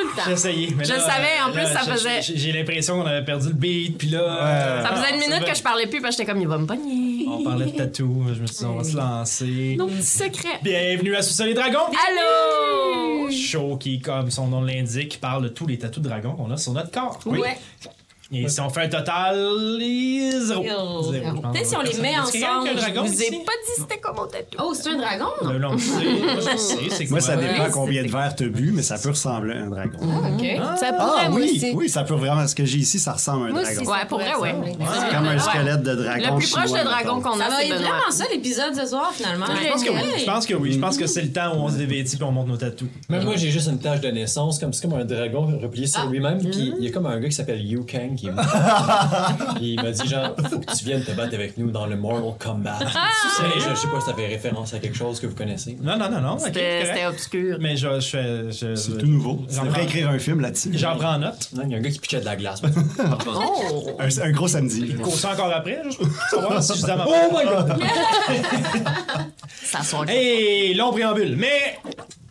Oh J'ai essayé. mais Je là, le savais, en là, plus, ça j'ai- faisait- J'ai j'ai l'impression qu'on avait perdu le beat, puis là. Ça faisait une minute Ah, c'est que je parlais plus parce que j'étais comme, il va me pogner. On parlait de tatou, je me suis dit, on va se lancer. Nos petits secrets. Bienvenue à Sous les Dragons! Allô! Show qui, comme son nom l'indique, parle de tous les tatous de dragons qu'on a sur notre corps. Ouais. Et si on fait un total, les zéro. Zéro, Zéro. je pense. Peut-être si on les met Est-ce qu'il y a ensemble, quelqu'un je dragon Vous ici? ai pas dit c'était quoi mon tatou. Oh, c'est un dragon? Ben là, on le sait. Moi, je le sais, c'est Moi, ça quoi? dépend Ouais, combien de verres t'as bu, mais ça peut ressembler à un dragon. OK. Ça pourrait, Ah moi oui, aussi. oui, ça peut vraiment. Ce que j'ai ici, ça ressemble à un Moi aussi, dragon. ça Ouais, pour pourrait vrai, ouais. ressembler. C'est comme un Ouais. squelette de dragon. Le plus proche chinois, de dragon mettons. qu'on Ça a, va c'est être Benoît. vraiment ça l'épisode ce soir, finalement. Je pense Je pense que oui. Je pense que oui. Je pense que c'est le temps où on se dévêtit et on monte nos tatous. Même moi, j'ai juste une tache de naissance, comme c'est comme un dragon replié sur lui-même. Puis il y a comme un gars qui s'appelle Liu Kang qui est mort. Puis il m'a dit genre, faut que tu viennes te battre avec nous dans le Mortal Kombat. Et je, je sais pas si ça fait référence à quelque chose que vous connaissez. Non, non, non, non. ok, C'était correct. c'était obscur. Mais je, je fais. je- C'est tout nouveau. J'en On devrait prends- écrire un film là-dessus. J'en prends note. Non, Il y a un gars qui piquait de la glace. Oh! Un, un gros samedi. Cours ça encore après, juste pour savoir si je suis à ma oh my god! Ça sort. Hey, long préambule. Mais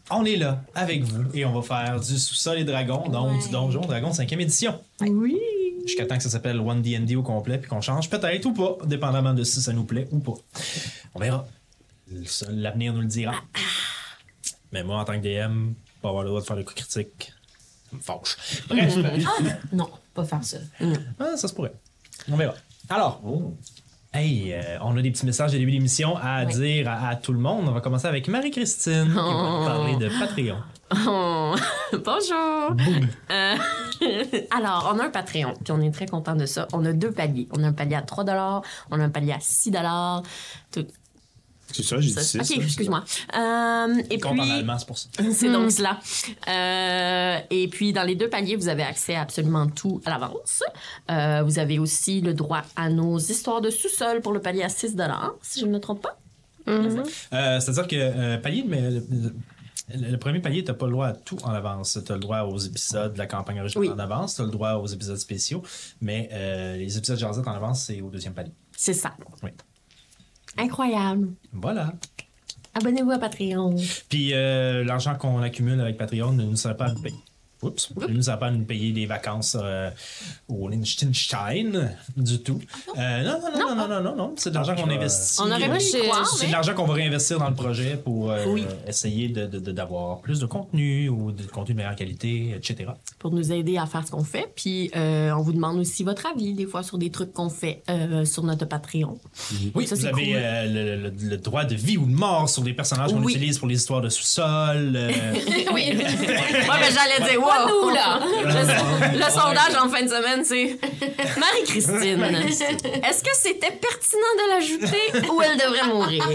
on est là avec vous et on va faire du sous-sol et dragon, donc du donjon dragon 5e édition. Oui. Jusqu'à temps que ça s'appelle One D&D au complet puis qu'on change peut-être ou pas, dépendamment de si ça nous plaît ou pas. On verra. Le seul- L'avenir nous le dira. Mais moi, en tant que DM, pas avoir le droit de faire le coup critique. ça me Fâche. Bref, Non, pas faire ça. ah, ça se pourrait. On verra. Alors, Oh. Hey, euh, on a des petits messages au début de l'émission à dire à, à tout le monde. On va commencer avec Marie-Christine qui va nous parler de Patreon. Oh, Bonjour! Euh, alors, on a un Patreon, puis on est très content de ça. On a deux paliers. On a un palier à 3 on a un palier à 6 Tout C'est ça, j'ai dit ça. six, Ok, ça. excuse-moi. Euh, et Ils comptent en puis, allemand, c'est pour ça. c'est donc cela. Euh, et puis, dans les deux paliers, vous avez accès à absolument tout à l'avance. Euh, vous avez aussi le droit à nos histoires de sous-sol pour le palier à 6 si je ne me trompe pas. Mm-hmm. Euh, C'est-à-dire que euh, palier, mais le, le- le premier palier, t'as pas le droit à tout en avance. T'as le droit aux épisodes de la campagne originale Oui. en avance, t'as le droit aux épisodes spéciaux, mais euh, les épisodes Jarzette en avance, c'est au deuxième palier. C'est ça. Oui. Incroyable. Voilà. Abonnez-vous à Patreon. Puis euh, l'argent qu'on accumule avec Patreon ne nous sert pas à nous payer. Oups, ne nous sert pas à nous payer des vacances euh, au Liechtenstein du tout. Ah Euh, non, non, non, non, non, non, non, non. C'est de l'argent qu'on investit. On aurait Euh, pu y croire, C'est Ah, mais... de l'argent qu'on va réinvestir dans le projet pour euh, Oui. essayer de- de- de- d'avoir plus de contenu ou de contenu de meilleure qualité, etc. pour nous aider à faire ce qu'on fait. Puis euh, on vous demande aussi votre avis des fois sur des trucs qu'on fait euh, sur notre Patreon. Oui, Ça, vous c'est avez cool. euh, le, le- le droit de vie ou de mort sur des personnages qu'on Oui. utilise pour les histoires de sous-sol. euh, oui. Ouais, mais j'allais dire Pas wow. nous, là. Le, le sondage en fin de semaine, c'est Marie-Christine. Est-ce que c'était pertinent de l'ajouter ou elle devrait mourir?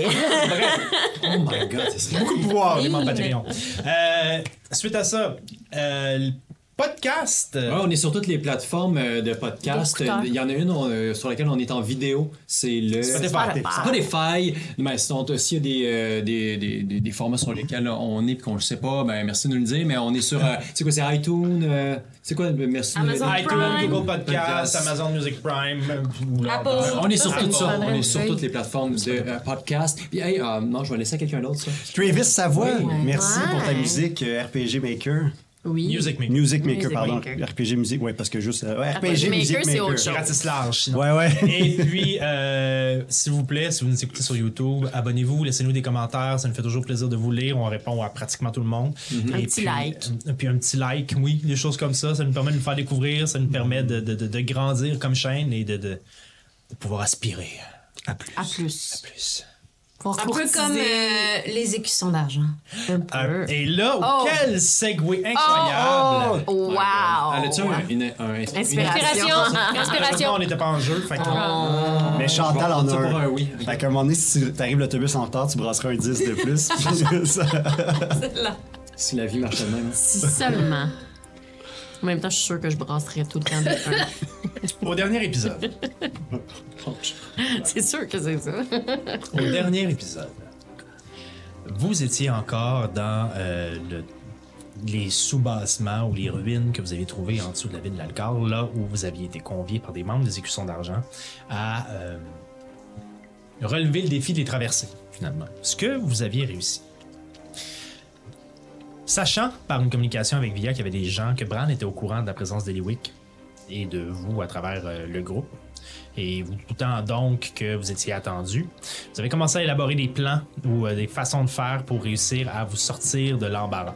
Oh my god, c'est ça. Beaucoup de pouvoir. Parlez-moi en Patreon. Euh, suite à ça, euh, le podcast. Ah Ouais, on est sur toutes les plateformes euh, de podcast. D'écouteurs. Il y en a une on, euh, sur laquelle on est en vidéo. C'est le Spotify. Spotify. Mais sinon, t'as- s'il y a des, euh, des, des, des, des formats sur lesquels on est et qu'on le sait pas, ben merci de nous le dire. Mais on est sur. euh, c'est quoi, c'est iTunes euh, C'est quoi le- Merci de nous le dire. Amazon iTunes, Prime. Google Podcast, Podcast. Amazon Music Prime. euh, ou là, Apple. dans- On est sur Ça, tout c'est ça. une On est bonne sur feuille. toutes les plateformes de euh, podcast. Puis, hey, euh, non, je vais laisser à quelqu'un d'autre ça. Travis Savoie, merci Ouais. pour ta musique euh, RPG Maker. Oui. Music Maker. Music Maker, Music pardon. Maker. RPG Music, ouais, parce que juste. euh, ouais, RPG, Maker, Music c'est autre chose. Gratis large, sinon. Ouais, ouais. Et puis, euh, s'il vous plaît, si vous nous écoutez sur YouTube, abonnez-vous, laissez-nous des commentaires, ça nous fait toujours plaisir de vous lire, on répond à pratiquement tout le monde. Mm-hmm. Un Et petit puis, like. euh, puis un petit like, oui, des choses comme ça, ça nous permet de nous faire découvrir, ça nous permet de, de- de- de grandir comme chaîne et de, de- de pouvoir aspirer à plus. À plus. plus. Pour Un peu courtiser comme euh, les écussons d'argent. un peu. Euh, et là, Oh. quel segway incroyable! wow. Elle a-tu un, une- un- une- Inspiration. Ah. Heureusement, on n'était pas en jeu, fait que- Mais Chantal en Ça a pour un un. oui. Fait qu'à un moment donné, si tu- t'arrives l'autobus en retard, tu brasseras un 10 de plus. Puis ça- Si la vie marche de même. Si seulement. En même temps, je suis sûre que je brasserais tout le temps des pains. Au dernier épisode. C'est sûr que c'est ça. Au dernier épisode, vous étiez encore dans euh, le- les sous-bassements ou les ruines que vous avez trouvées en dessous de la ville de l'Alcar, là où vous aviez été conviés par des membres des Écussons d'Argent à euh, relever le défi de les traverser, finalement. Ce que vous aviez réussi. Sachant par une communication avec Via qu'il y avait des gens, que Bran était au courant de la présence d'Eliwick et de vous à travers euh, le groupe, et vous doutant donc que vous étiez attendu, vous avez commencé à élaborer des plans ou euh, des façons de faire pour réussir à vous sortir de l'embarras.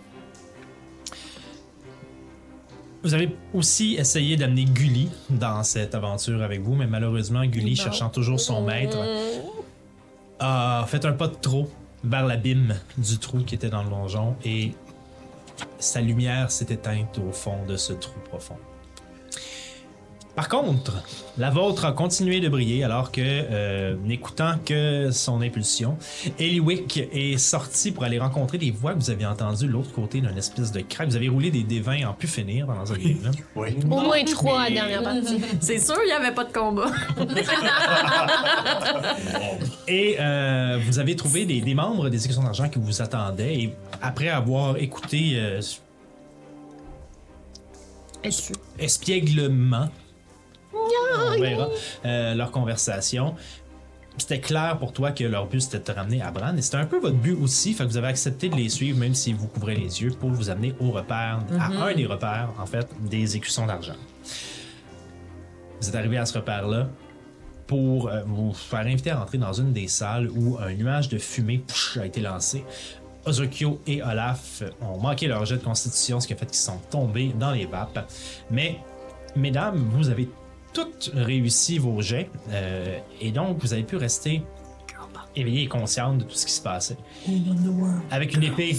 Vous avez aussi essayé d'amener Gully dans cette aventure avec vous, mais malheureusement, Gully, cherchant toujours son maître, a fait un pas de trop vers l'abîme du trou qui était dans le donjon et sa lumière s'est éteinte au fond de ce trou profond. Par contre, la vôtre a continué de briller alors que, euh, n'écoutant que son impulsion, Eliwick est sorti pour aller rencontrer des voix que vous avez entendues de l'autre côté d'une espèce de crabe. Vous avez roulé des dévins en pu finir dans un game. là. Oui. Au moins trois à la dernière partie. C'est sûr, il n'y avait pas de combat. Et euh, vous avez trouvé des, des membres des Écusons d'argent qui vous attendaient et après avoir écouté euh, Est-ce que- espièglement on verra, euh, leur conversation. C'était clair pour toi que leur but c'était de te ramener à Bran et c'était un peu votre but aussi, fait que vous avez accepté de les suivre même si vous couvrez les yeux pour vous amener au repère, à un des repères en fait des écussons d'argent. Vous êtes arrivé à ce repère-là pour euh, vous faire inviter à rentrer dans une des salles où un nuage de fumée psh, a été lancé. Ozokyo et Olaf ont manqué leur jet de constitution, ce qui a fait qu'ils sont tombés dans les vapes. Mais, mesdames, vous avez toutes réussi vos jets euh, et donc vous avez pu rester éveillée et consciente de tout ce qui se passait. Avec une épée,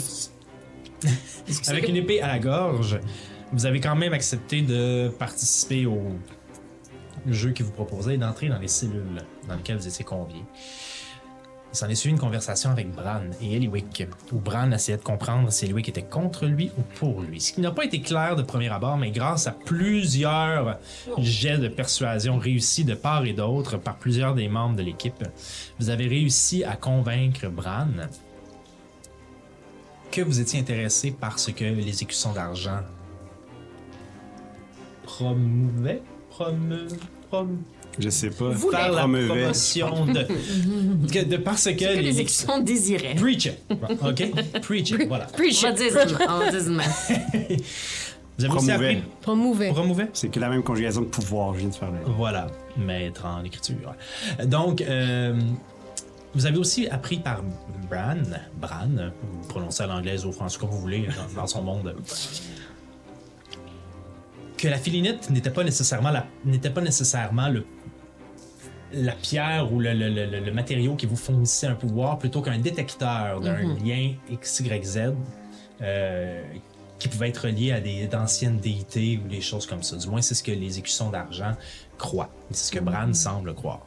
avec une épée à la gorge, vous avez quand même accepté de participer au jeu qui vous proposait et d'entrer dans les cellules dans lesquelles vous étiez conviés. Il s'en est suivi une conversation avec Bran et Eliwick, où Bran essayait de comprendre si Eliwick était contre lui ou pour lui. Ce qui n'a pas été clair de premier abord, mais grâce à plusieurs jets de persuasion réussis de part et d'autre par plusieurs des membres de l'équipe, vous avez réussi à convaincre Bran que vous étiez intéressé par ce que les écussons d'argent promouvaient, promeu, prom- Je sais pas. faire la Promeuvait. promotion de, que- de parce que, que les les écussons désiraient. Preach it. OK? Preach it, voilà. Preach On va it. dire ça, on va dire ça. Vous avez aussi Promouvait. appris... Pas mauvais. Promouvait? C'est que la même conjugaison de pouvoir, je viens de faire le. Voilà, maître en écriture. Donc, euh, vous avez aussi appris par Bran, Bran, vous prononcez à l'anglaise ou au français comme vous voulez, dans, dans son monde, que la filinite n'était pas nécessairement la, n'était pas nécessairement le la pierre ou le, le- le- le- le matériau qui vous fournissait un pouvoir plutôt qu'un détecteur d'un lien XYZ euh, qui pouvait être lié à des d'anciennes déités ou des choses comme ça. Du moins, c'est ce que les écussons d'argent croient. C'est ce que Bran semble croire.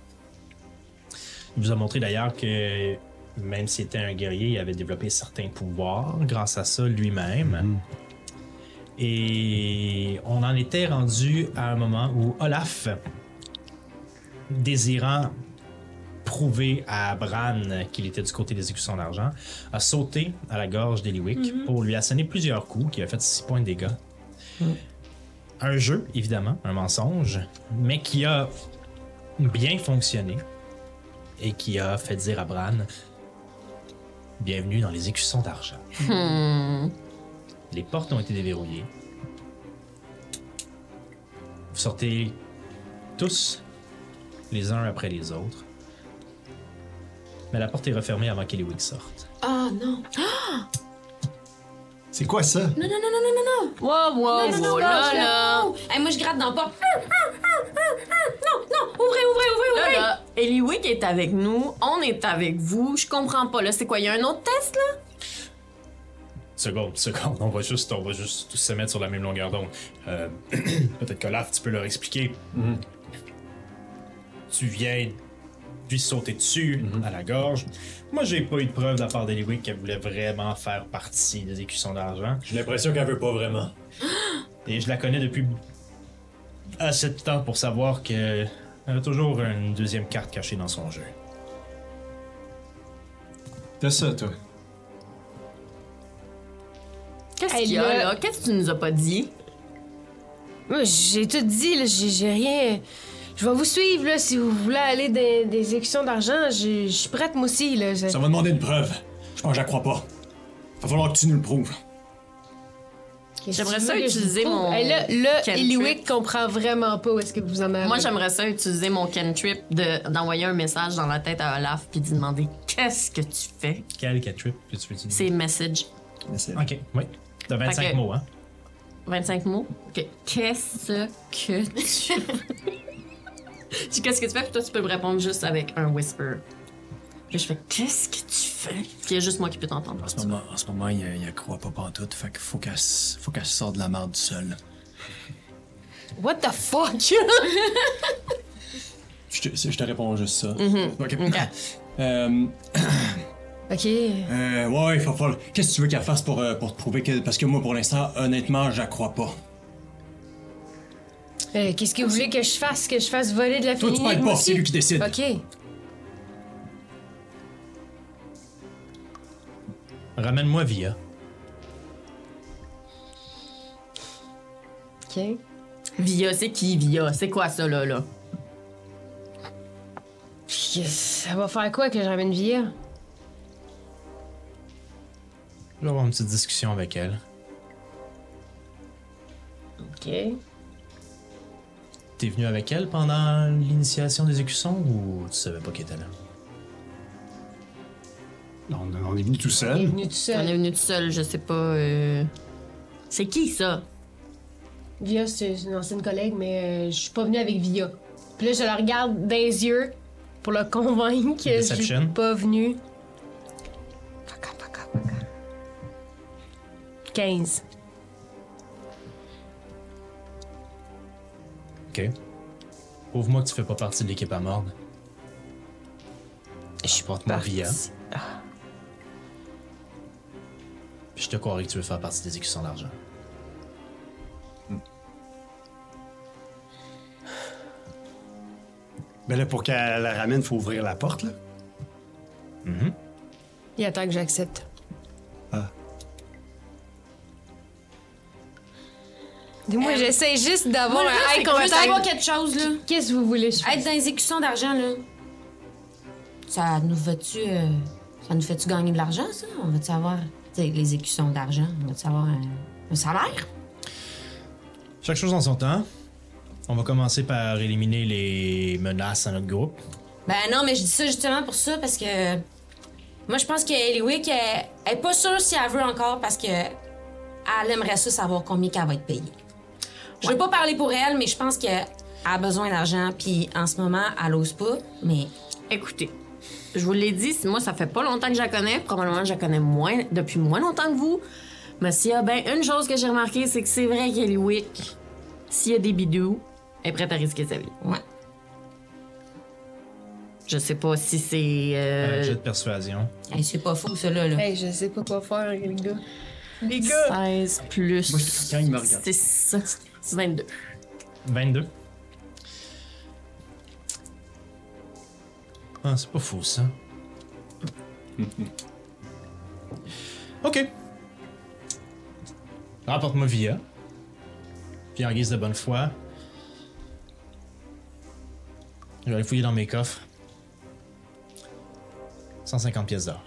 Il vous a montré d'ailleurs que même s'il était un guerrier, il avait développé certains pouvoirs grâce à ça lui-même. Et on en était rendu à un moment où Olaf, désirant prouver à Bran qu'il était du côté des écussons d'argent, a sauté à la gorge d'Eliwick pour lui asséner plusieurs coups qui a fait 6 points de dégâts. Un jeu, évidemment, un mensonge, mais qui a bien fonctionné et qui a fait dire à Bran Bienvenue dans les écussons d'argent. Les portes ont été déverrouillées. Vous sortez tous les uns après les autres. Mais la porte est refermée avant qu'Eliwick sorte. Ah non. C'est quoi ça? Non, non, non, non, non, non, non. Wow, wow, Non, wow, non, non, là, je- Oh, là. non. Hey, moi, je gratte dans la porte. Ah, ah, ah, ah, Non, non, ouvrez, ouvrez, ouvrez, Là, ouvrez. là, Eliwick est avec nous, on est avec vous, je comprends pas, là, c'est quoi, il y a un autre test, là? Seconde, seconde, on va juste, on va juste tous se mettre sur la même longueur d'onde. Euh, Peut-être que Olaf, tu peux leur expliquer. Mhm. Tu viens lui sauter dessus Mhm. à la gorge. Moi, j'ai pas eu de preuve de la part d'Eliwick qu'elle voulait vraiment faire partie des écussons d'argent. J'ai l'impression qu'elle veut pas vraiment. Et je la connais depuis assez de temps pour savoir qu'elle a toujours une deuxième carte cachée dans son jeu. T'as ça, toi. Qu'est-ce Hey, qu'il y a, là. là? Qu'est-ce que tu nous as pas dit? Moi, J'ai tout dit, là, j'ai j'ai rien. Je vais vous suivre, là, si vous voulez aller des, des élections d'argent. Je je suis prête, moi aussi, là. Je- Ça va demander une preuve. Je pense que je la crois pas. Va falloir que tu nous le prouves. J'aimerais Qu'est-ce ça tu veux que je vous utiliser prouve? mon Eh, là, là, cantrip. Eliwick comprend vraiment pas où est-ce que vous en avez. Moi, j'aimerais ça utiliser mon cantrip de- d'envoyer un message dans la tête à Olaf puis d'y demander qu'est-ce que tu fais. Quel trip que tu veux utiliser? C'est message. Mais c'est- Ok, oui. T'as 25 Fait que- mots, hein? 25 mots. Ok. Qu'est-ce que tu fais? qu'est-ce que tu fais? Puis toi, tu peux me répondre juste avec un whisper. Puis je fais qu'est-ce que tu fais? Puis il y a juste moi qui peux t'entendre. En ce moment, en ce moment il, y a croit pas pantoute, fait qu'il faut qu'elle s- faut qu'elle se sorte de la merde du sol. What the fuck? Je te, je te réponds juste ça. Ok. Euh, ok. euh, ouais, ouais, il faut falloir- Qu'est-ce que tu veux qu'elle fasse pour, euh, pour te prouver que. Parce que moi, pour l'instant, honnêtement, je la crois pas. Euh, Qu'est-ce que vous voulez que je fasse? Que je fasse voler de la Toi, tu fille? parles pas, c'est lui qui décide. Ok. Ramène-moi Via. Ok. Via, c'est qui Via? C'est quoi ça là? là? Puis, euh, ça va faire quoi que je ramène Via? Je vais avoir une petite discussion avec elle. Ok. T'es venu avec elle pendant l'initiation des écussons ou tu savais pas qu'elle était là? On, on est venu tout Il est seul. venu tout On est seul. venu tout seul, je sais pas. euh, C'est qui ça? Via, c'est c'est une ancienne collègue, mais euh, je suis pas venue avec Via. Puis là, je la regarde dans les yeux pour le convaincre que je suis Deception. pas venue. Fuck off, fuck off, fuck off. 15. Ok. Prouve-moi que tu fais pas partie de l'équipe à morde. Je suis Porte-moi partie. Via. Ah. Puis je te croirais que tu veux faire partie des écussons d'argent. Mais Ben là, pour qu'elle la ramène, faut ouvrir la porte, là. Il attend que j'accepte. Ah. Moi, j'essaie juste bah. d'avoir Euh, Moi, là, un c'est eye que je veux savoir quelque contact. chose, là. Qu'est-ce que vous voulez que je fasse? Être dans les écussons d'argent, là. Ça nous va-tu. euh, ça nous fait-tu gagner de l'argent, ça? On va-tu avoir. Tu sais, les écussons d'argent, on va-tu avoir un, un salaire? Chaque chose en son temps. On va commencer par éliminer les menaces à notre groupe. Ben non, mais je dis ça justement pour ça, parce que. Moi, je pense que Eliwick, elle, elle est pas sûre si elle veut encore, parce que. Elle aimerait ça savoir combien qu'elle va être payée. Je veux pas parler pour elle, mais je pense qu'elle a besoin d'argent, puis en ce moment, elle ose pas, mais. Écoutez, je vous l'ai dit, moi, ça fait pas longtemps que je la connais. Probablement, je la connais moins, depuis moins longtemps que vous. Mais s'il y a bien une chose que j'ai remarquée, c'est que c'est vrai qu'Eliwick, s'il y a des bidous, est prête à risquer sa vie. Ouais. Je sais pas si c'est. Un jet Euh, de persuasion. Hey, c'est pas fou, ça, là. là. Hey, je sais pas quoi faire, les gars. Les 16 plus. Moi, je- quand il me regarde. 6. 22. 22. Ah, c'est pas fou, ça. ok. Rapporte-moi Via. Puis en guise de bonne foi, je vais aller fouiller dans mes coffres. 150 pièces d'or.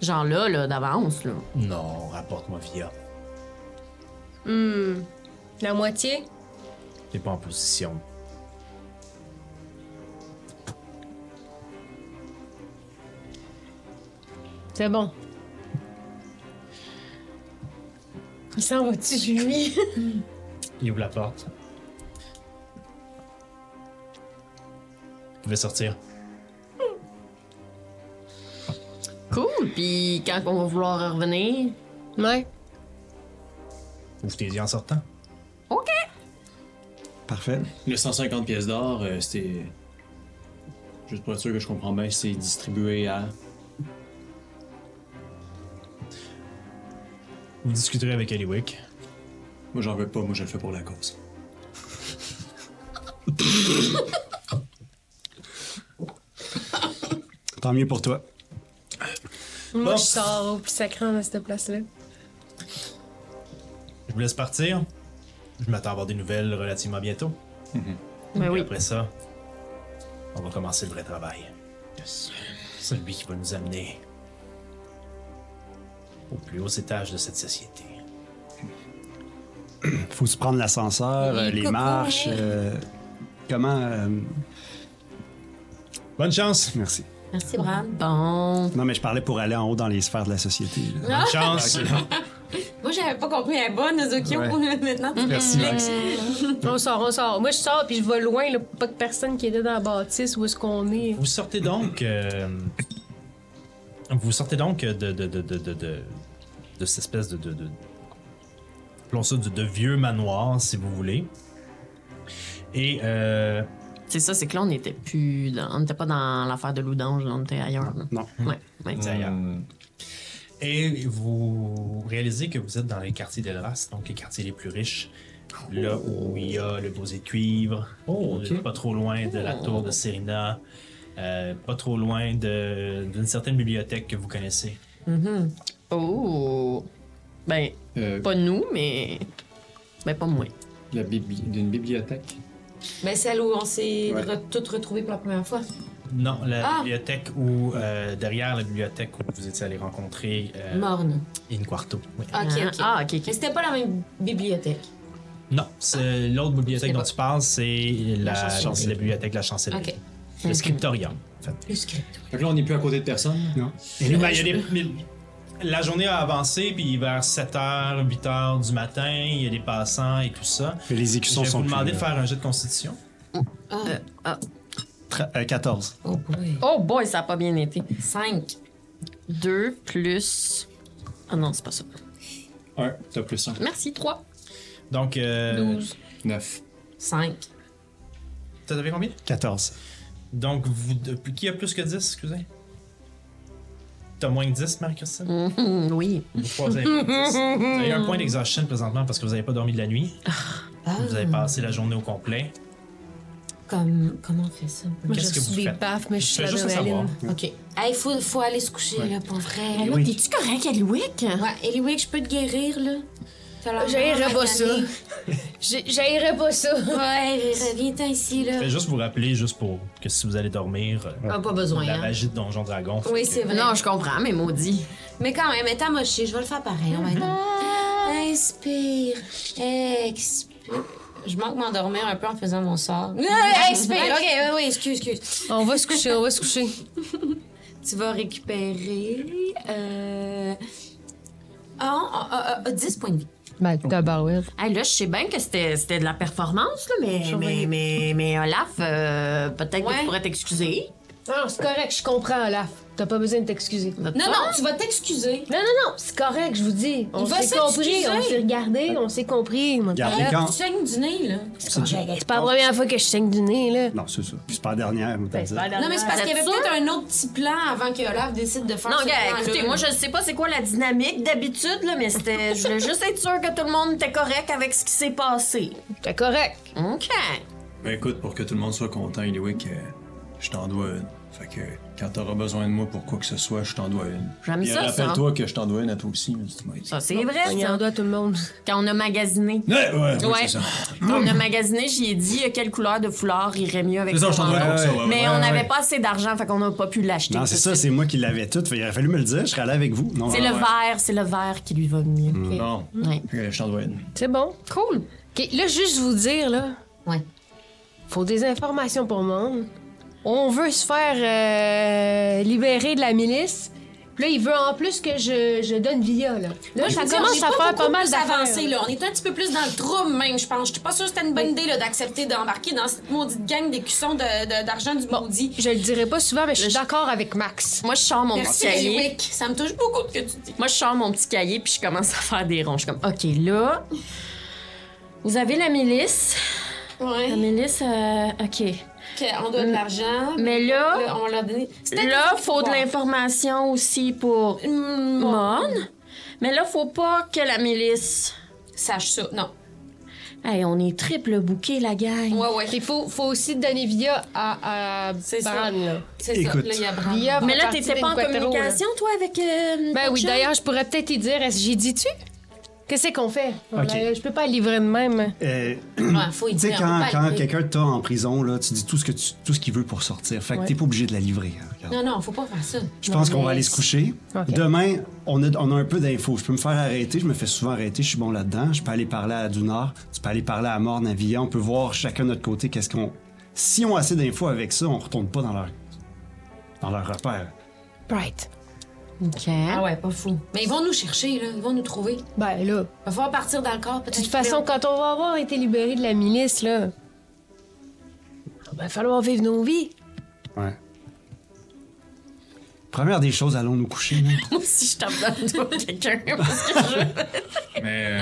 Genre là, là, d'avance, là. Non, rapporte-moi Via. La moitié? T'es pas en position. C'est bon. Il s'en va-tu, Julie? Il ouvre la porte. Vous pouvez sortir. Cool. Puis quand on va vouloir revenir. ouais. Ouvre tes yeux en sortant. OK. Parfait. Le 150 pièces d'or, euh, c'était. Juste pour être sûr que je comprends bien, c'est distribué à. Vous discuterez avec Eliwick. Moi, j'en veux pas, moi, je le fais pour la cause. Tant mieux pour toi. Moi, Bon. je sors au plus sacrant à cette place-là. Je vous laisse partir. Je m'attends à avoir des nouvelles relativement bientôt. Ben Et oui. Après ça, on va commencer le vrai travail. Celui qui va nous amener aux plus hauts étages de cette société. Faut se prendre l'ascenseur, Les euh, les cocos. marches. euh, comment. euh, Bonne chance! merci. Merci, Bram. Bon. Non, mais je parlais pour aller en haut dans les sphères de la société. là. Bonne chance! Moi, j'avais pas compris un bon Ozokyo Ouais. pour maintenant. Merci, Max. On sort, on sort. Moi, je sors, puis je vais loin, là, pas de personne qui était dans la bâtisse où est-ce qu'on est. Vous sortez donc. euh, vous sortez donc de, de, de, de, de, de- de cette espèce de. de, de appelons ça de, de vieux manoir, si vous voulez. Et. euh, C'est ça, c'est que là, on n'était plus. dans- on n'était pas dans l'affaire de Loudange, là, on était ailleurs. là. Non. Ouais, ouais. D'ailleurs. Hmm. Et vous réalisez que vous êtes dans les quartiers d'Elras, donc les quartiers les plus riches. Là où il y a le bosé de cuivre, euh, Oh, ok. pas trop loin de la tour de Serena, euh, pas trop loin de- d'une certaine bibliothèque que vous connaissez. Mhm. Oh. Ben, Euh, pas nous, mais. Ben, pas moi. la bibli- D'une bibliothèque. Mais celle où on s'est Ouais. re- toutes retrouvées pour la première fois. Non, la Ah! bibliothèque où, euh, derrière la bibliothèque où vous étiez allé rencontrer euh, Morne. In Quarto. oui. Ok, Ah, ok. Ah, ok, Mais ok. c'était pas la même bibliothèque. Non, c'est l'autre bibliothèque C'est dont pas- tu parles, c'est la, la, chancellerie. bibliothèque de la chancellerie. Ok. Le scriptorium. en fait. Le script. Fait que là, on n'est plus à côté de personne. Et là, ben, il y a des- mais La journée a avancé, puis vers 7h, 8h du matin, il y a des passants et tout ça. Mais les Je écussons vais sont vous plus demander de là. faire un jeu de constitution. Ah. Tra- ah. euh, 14. Oh boy. Oh boy, ça a pas bien été. 5. 2 plus. Ah non, c'est pas ça. Un, t'as plus un. Merci, 3. Donc, euh, 12. Neuf. 5. t'avais combien? 14. Donc, vous, depuis- qui a plus que 10, excusez? T'as moins que 10, Marie-Christine? Mm. oui. Vous trois, vous avez pas de dix. Vous avez un point d'exhaustion présentement parce que vous n'avez pas dormi de la nuit. Ah. Vous avez passé la journée au complet. Comme, comment on fait ça? Moi, j'ai Qu'est-ce que reçu vous des faites? baffes, mais je suis Je fais juste le l'adrénaline. savoir. Ok. Hey, faut, faut aller se coucher, là, pour vrai. Là, oui. t'es-tu correct, Eliwick? Ouais, Eliwick, je peux te guérir, là? T'as l'air J'haïrais vraiment pas ça. maganée. J'ai- J'haïrais pas ça. Ouais, reviens-t'en ici, là. Je vais juste vous rappeler, juste pour que si vous allez dormir, euh, Ah, pas besoin, la hein. magie de Donjon Dragon. fait Oui, que- c'est vrai. Non, Ah, je comprends, mais maudit. Mais quand même, étant moché, je vais le faire pareil. on va être- Inspire, expire. Je manque m'endormir un peu en faisant mon sort. Ah, expire, ok, oui, oui, excuse, excuse. On va se coucher, on va se coucher. Tu vas récupérer. Euh... ah, ah, ah, ah, 10 points de vie. Ben, tabarouette. Hey, là, je sais bien que c'était c'était de la performance, là, mais, Je mais, vais- mais, mais Olaf, euh, peut-être que Ouais. tu pourrais t'excuser. Non, c'est correct, je comprends, Olaf. T'as pas besoin de t'excuser. Non, Non, non, tu vas t'excuser. non, non, c'est correct, je vous dis. On Il va s'est compris, s'excuser. on s'est regardé, on s'est compris. mon Gardez Là, quand. tu saignes du nez, là. C'est du- C'est pas la première fois que je saigne du nez, là. Non, c'est ça. Puis Ben, c'est pas la dernière. on va dire. Non, mais c'est parce qu'il y avait Vous êtes peut-être un autre petit plan avant que Olaf décide de faire Non, ce gars, plan-là. écoutez, moi, je sais pas c'est quoi la dynamique d'habitude, là, mais c'était. Je voulais juste être sûre que tout le monde était correct avec ce qui s'est passé. C'est correct. OK. Ben écoute, pour que tout le monde soit content, Eliwick, euh, je t'en dois une. Fait que quand t'auras besoin de moi pour quoi que ce soit, je t'en dois une. J'aime Puis, euh, ça, ça. Rappelle-toi que je t'en dois une à toi aussi, mais tu m'as dit. Ça, c'est vrai, On ça. en doit tout le monde. Quand on a magasiné. Ouais, ouais, ouais, Ouais. c'est ça. Quand on a magasiné, j'y ai dit euh, quelle couleur de foulard irait mieux avec C'est ça, ce je t'en dois manteau. une pour ça. ouais, Mais ouais, on ouais. n'avait pas assez d'argent, fait qu'on n'a pas pu l'acheter. Non, c'est ça, c'est moi qui l'avais tout. Fait, il aurait fallu me le dire, je serais allé avec vous. Non, C'est ouais, le ouais. vert, c'est le vert qui lui va mieux. Bon, Ouais. Fait que je t'en dois une. C'est bon. Cool. OK, là, juste vous dire, là, Ouais. faut des informations pour le monde. On veut se faire euh, libérer de la milice. Puis là, il veut en plus que je, je donne Via, là. Là, Moi, ça je commence à faire pas mal d'avancées, avancé là. On est un petit peu plus dans le trouble même, je pense. Je suis pas sûre que c'était une bonne idée là, d'accepter d'embarquer dans cette maudite gang d'écussons de- de- d'argent du maudit. Je le dirai pas souvent, mais je suis d'accord avec Max. Moi, je sors mon Merci, petit cahier. Eliwick. Ça me touche beaucoup ce que tu dis. Moi, je sors mon petit cahier puis je commence à faire des ronds. Je suis comme, OK, là, vous avez la milice. La Ouais. milice, euh, OK. on doit de l'argent. Mais là, Là, on l'a donné. C'était là, une faut de histoire. l'information aussi pour Hum, bon, Mon. Mais là, faut pas que la milice. Sache ça. Non. Hey, on est triple bouqué, la gang. Ouais, ouais. Il faut, faut aussi donner Via à, à C'est ça. Bran, là. C'est ça. Écoute. Là, il y a Bran. Via Mais va là, partir t'étais pas en d'Inquattro, là. communication, toi, avec. euh, Ben ton oui, chum? d'ailleurs, je pourrais peut-être y dire, est-ce- j'ai dit-tu? Qu'est-ce qu'on fait? Ok. Là, je peux pas livrer de même. Euh, Ouais, faut y tu sais, dire. quand, faut pas quand le- quelqu'un t'a en prison, là, tu dis tout ce que tu- tout ce qu'il veut pour sortir. Fait que Ouais. t'es pas obligé de la livrer. hein, regarde. Non, non, faut pas faire ça. Je pense Non, qu'on mais va aller se coucher. Ok. Demain, on a, on a un peu d'infos. Je peux me faire arrêter. Je me fais souvent arrêter. Je suis bon là-dedans. Je peux aller parler à Dunard. Tu peux aller parler à Mort Navillon. On peut voir chacun de notre côté qu'est-ce qu'on. Si on a assez d'infos avec ça, on retourne pas dans leur dans leur repère. Bright. OK. Ah ouais, pas fou. Mais ils vont nous chercher, là. Ils vont nous trouver. Ben là, Va falloir partir dans le corps, de peut-être. toute façon, quand on va avoir été libéré de la milice, là, va falloir vivre nos vies. Ouais. Première des choses, allons nous coucher. là. Moi aussi, je tape dans le dos de quelqu'un. Mais euh,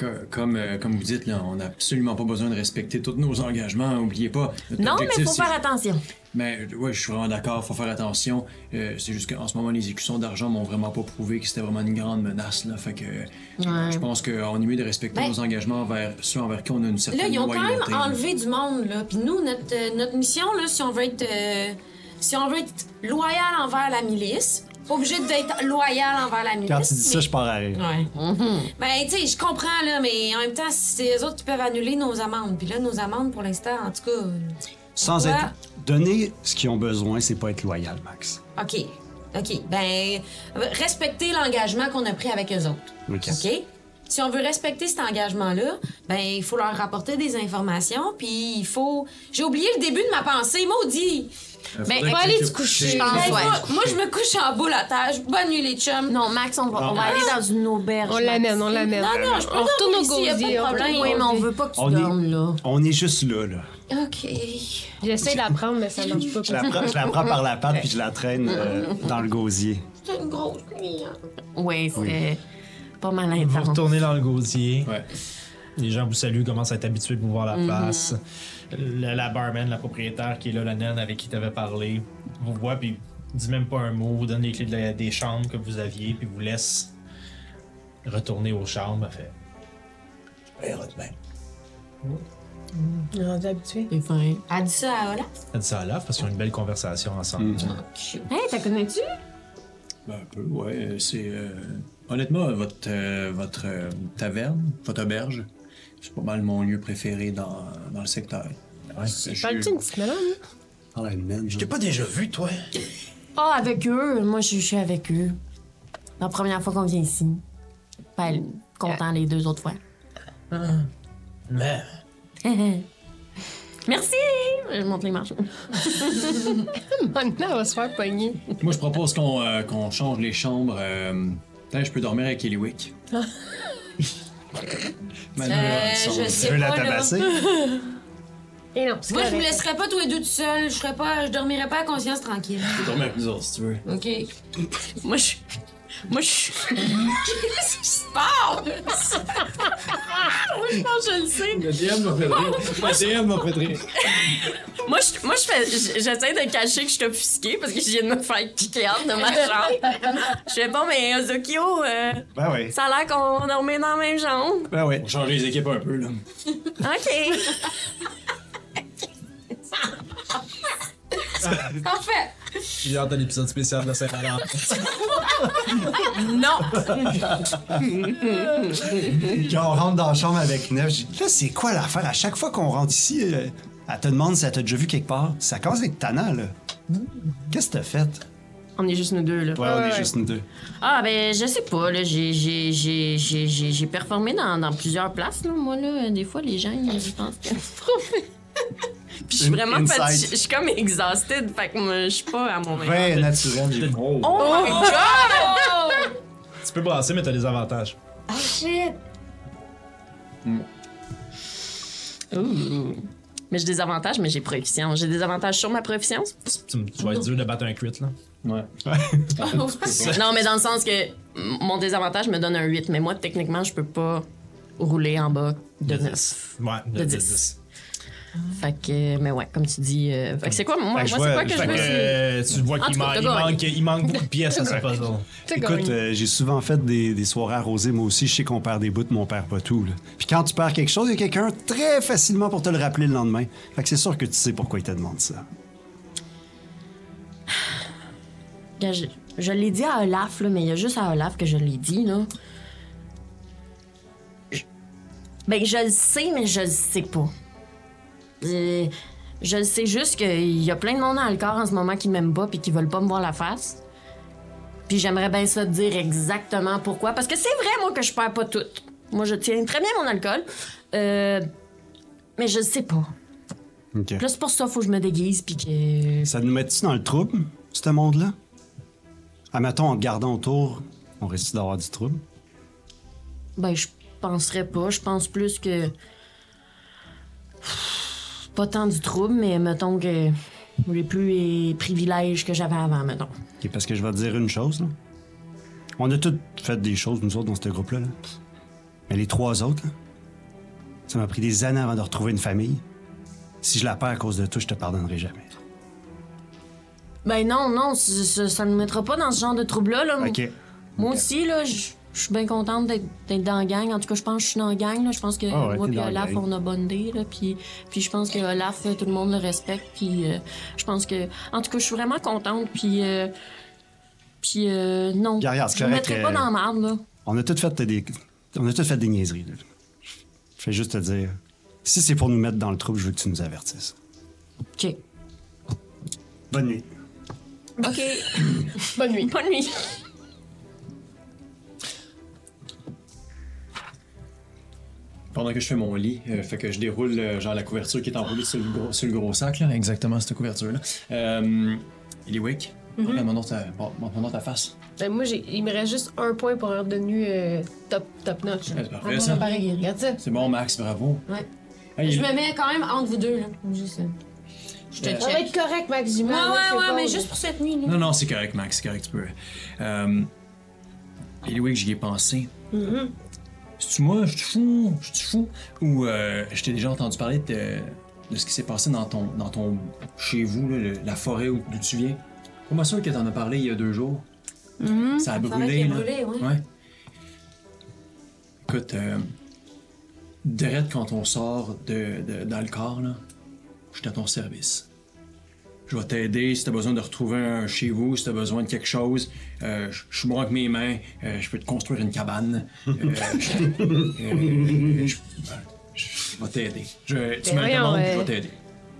co- comme, euh, comme vous dites, là, on n'a absolument pas besoin de respecter tous nos engagements. Oubliez pas. Notre non, mais objectif, faut c'est- faire attention. Mais euh, ouais, je suis vraiment d'accord, faut faire attention. Euh, c'est juste qu'en ce moment, les écussons d'argent m'ont vraiment pas prouvé que c'était vraiment une grande menace. Là. Fait que euh, je pense qu'on est mieux de respecter Ben- nos engagements envers ceux envers qui on a une certaine Là, ils ont quand même loyauté. enlevé du monde, là. Puis nous, notre, euh, notre mission, là, si on veut être... euh, si on veut être loyal envers la milice, pas obligé d'être loyal envers la milice. Quand tu dis ça, mais- je pars à rire. Ouais. Ben, tu sais, je comprends, là, mais en même temps, c'est eux autres qui peuvent annuler nos amendes. Puis là, nos amendes, pour l'instant, en tout cas... Sans Ouais. être donner ce qu'ils ont besoin, c'est pas être loyal, Max. OK. OK. Ben, respecter l'engagement qu'on a pris avec eux autres. OK. OK? Si on veut respecter cet engagement-là, ben, il faut leur rapporter des informations, puis il faut. J'ai oublié le début de ma pensée, maudit! Euh, Ben, faudrait faut que aller tu se coucher, couches. je pense, Hey, ouais. moi, moi, je me couche en boule à terre. Bonne nuit, les chums. Non, Max, on va, on va aller dans une auberge. On Max. l'amène, on l'amène. non, non, je peux On retourne dormir au ici, y a pas de gosier, on problème. Oui, mais on veut pas que tu On est- dormes, là. On est juste là, là. OK. J'essaie d'apprendre, mais ça marche pas. Je la prends, je la prends par la patte puis je la traîne euh, dans le gosier. C'est une grosse nuit. hein. Oui, c'est pas mal Vous intense. retournez dans le gosier. Ouais. Les gens vous saluent, commencent à être habitués de vous voir la Mhm. face. Le- la barman, la propriétaire qui est là, la naine avec qui t'avais parlé, vous voit puis dit même pas un mot, vous donne les clés de la- des chambres que vous aviez puis vous laisse retourner aux chambres. Elle fait, Ouais, ouais, ben, On est habitué. C'est fin. Elle dit ça à Olaf. elle dit ça à Olaf parce qu'ils ont une belle conversation ensemble. Hey, t'as connu-tu? ben, un peu, ouais. euh, C'est. euh, Honnêtement, votre, euh, votre euh, taverne, votre auberge, c'est pas mal mon lieu préféré dans, dans le secteur. Ouais, je- Parles-tu une petite malade? hein. Par la naine, Je t'ai pas déjà vu, toi. Ah, avec eux. Moi, je je suis avec eux. La première fois qu'on vient ici. Ben, content les deux autres fois. Mais Merci! Je monte les marches. Maintenant, on va se faire pogner. Moi, je propose qu'on euh, qu'on change les chambres. euh, Là, je peux dormir avec Eliwick. Manuel Euh, Hanson. je Tu sais veux pas, la là. tabasser? Et non, c'est Moi, je me correct. laisserais pas tous les deux tout seul. Je ferais pas, je dormirais pas à conscience tranquille. Tu peux dormir avec nous autres, si tu veux. OK. Moi, je. Moi, je. Qu'est-ce qui se passe? Je pense que je le sais. Le DM m'a fait rire. Le DM m'a fait rire. Moi, je, moi, je fais, j- j'essaie de cacher que je suis offusquée parce que je viens de me faire kicker out de ma chambre. Je fais bon, mais Ozokyo, euh, Ben oui. ça a l'air qu'on dormait dans la même chambre. Ben oui. On change les équipes un peu, là. OK. Parfait. j'ai hâte d'un épisode spécial de la Saint-Valentin. Non. Quand on rentre dans la chambre avec Neuf, je dis, là, c'est quoi l'affaire? À chaque fois qu'on rentre ici, euh, elle te demande si elle t'a déjà vu quelque part. Ça commence à être tannant, là. Qu'est-ce que t'as fait? On est juste nous deux, là. Ouais, on est juste nous deux. Ah, ben, je sais pas, là. J'ai, j'ai, j'ai, j'ai, j'ai, j'ai performé dans, dans plusieurs places, là. Moi, là, des fois, les gens, ils je pense que. Puis je suis Une vraiment fatiguée. insight. Je suis comme exhausted. Fait que moi, je suis pas à mon meilleur. Ouais, naturel. j'ai- Oh my god! tu peux brasser, mais t'as des avantages. Ouh. Mais j'ai des avantages, mais j'ai proficience. J'ai des avantages sur ma proficience. Tu, m- tu vas être dur de battre un crit, là. Ouais. Ah, Non, mais dans le sens que m- mon désavantage me donne un 8, mais moi, techniquement, je peux pas rouler en bas de 9. Ouais, de, de De dix. dix. Fait que, mais ouais, comme tu dis. euh, fait que c'est quoi, moi, moi Fait que je c'est vois- quoi que je Fait veux? que c'est- euh, tu vois En qu'il tout cas, man- t'as il gagné. manque, il manque beaucoup de pièces à ce puzzle. T'as Écoute, gagné. euh, j'ai souvent fait des, des soirées arrosées, moi aussi. Je sais qu'on perd des bouts, mais on perd pas tout, là. Puis quand tu perds quelque chose, il y a quelqu'un très facilement pour te le rappeler le lendemain. Fait que c'est sûr que tu sais pourquoi il te demande ça. Gars, Je, je l'ai dit à Olaf, là, mais il y a juste à Olaf que je l'ai dit, là. Ben, je le sais, mais je le sais pas. Euh, je le sais juste qu'il y a plein de monde dans le corps en ce moment qui m'aiment pas puis qui veulent pas me voir la face. Puis j'aimerais bien ça te dire exactement pourquoi. Parce que c'est vrai, moi, que je perds pas tout. Moi, je tiens très bien mon alcool. Euh, mais je le sais pas. Ok. Plus pour ça, faut que je me déguise puis que. Ça nous met-tu dans le trouble, ce monde-là? Admettons, en regardant autour, on risque d'avoir du trouble. Ben, je penserais pas. Je pense plus que. Pas tant du trouble, mais mettons que. J'ai plus les privilèges que j'avais avant, mettons. Ok, parce que je vais te dire une chose, là. On a tous fait des choses, nous autres, dans ce groupe-là. là. Mais les trois autres, là, ça m'a pris des années avant de retrouver une famille. Si je la perds à cause de toi, je te pardonnerai jamais. Ben non, non, c- c- ça ne me mettra pas dans ce genre de trouble-là. Oh. Là. Ok. Moi aussi, là, je je suis bien contente d'être d'être dans la gang. En tout cas, je pense que je suis dans la gang. Là. Je pense que Ah ouais, moi t'es et dans la Olaf, gang. on a bondé. Là. Puis, puis je pense que Olaf, tout le monde le respecte. Puis euh, je pense que... En tout cas, je suis vraiment contente. Puis... euh, puis euh, non, Regarde, regarde, c'est je ne me correct, mettrai euh, pas dans la merde, là. On a tous fait des, on a tous fait des niaiseries. là. Je vais juste te dire, si c'est pour nous mettre dans le trouble, je veux que tu nous avertisses. OK. Bonne nuit. OK. Bonne nuit. Bonne nuit. Pendant que je fais mon lit, euh, fait que je déroule euh, genre la couverture qui est enroulée sur le gros, sur le gros sac, là, exactement cette couverture-là. Euh, il est wick. Mm-hmm. Montre ta, bon, montre-moi ta face. Ben, moi, j'ai- il me reste juste un point pour être devenu euh, top, top notch. Ah, Ouais, c'est parfait, ça. Regarde ça. C'est bon, Max, bravo. Ouais. Hey, il- Je me mets quand même entre vous deux, là. Juste, euh, je te Euh, Ça va check. être correct, Max Ouais, Dumas. là, c'est Ah, ouais, ouais, bon, mais là. juste pour cette nuit, là. Non, non, c'est correct, Max, c'est correct, tu peux. Euh, et oui, que j'y ai pensé. Mm-hmm. C'est-tu moi, je suis fou, je suis fou? Ou euh, je t'ai déjà entendu parler de, de ce qui s'est passé dans ton, dans ton chez vous, là, le- la forêt où d'où tu viens? Pas moi sûr que t'en as parlé il y a deux jours. Ça a Mm-hmm. la forêt brûlé, qui a là. brûlé, ouais. Écoute, euh, direct quand on sort de, de- dans le corps, là, je suis à ton service. Je vais t'aider si t'as besoin de retrouver un chez vous, si t'as besoin de quelque chose. Euh, je je suis bon avec mes mains. euh, je peux te construire une cabane. Euh, je, euh, je- je vais t'aider. Je- Tu Ben me le voyons, demandes, je euh, vais t'aider.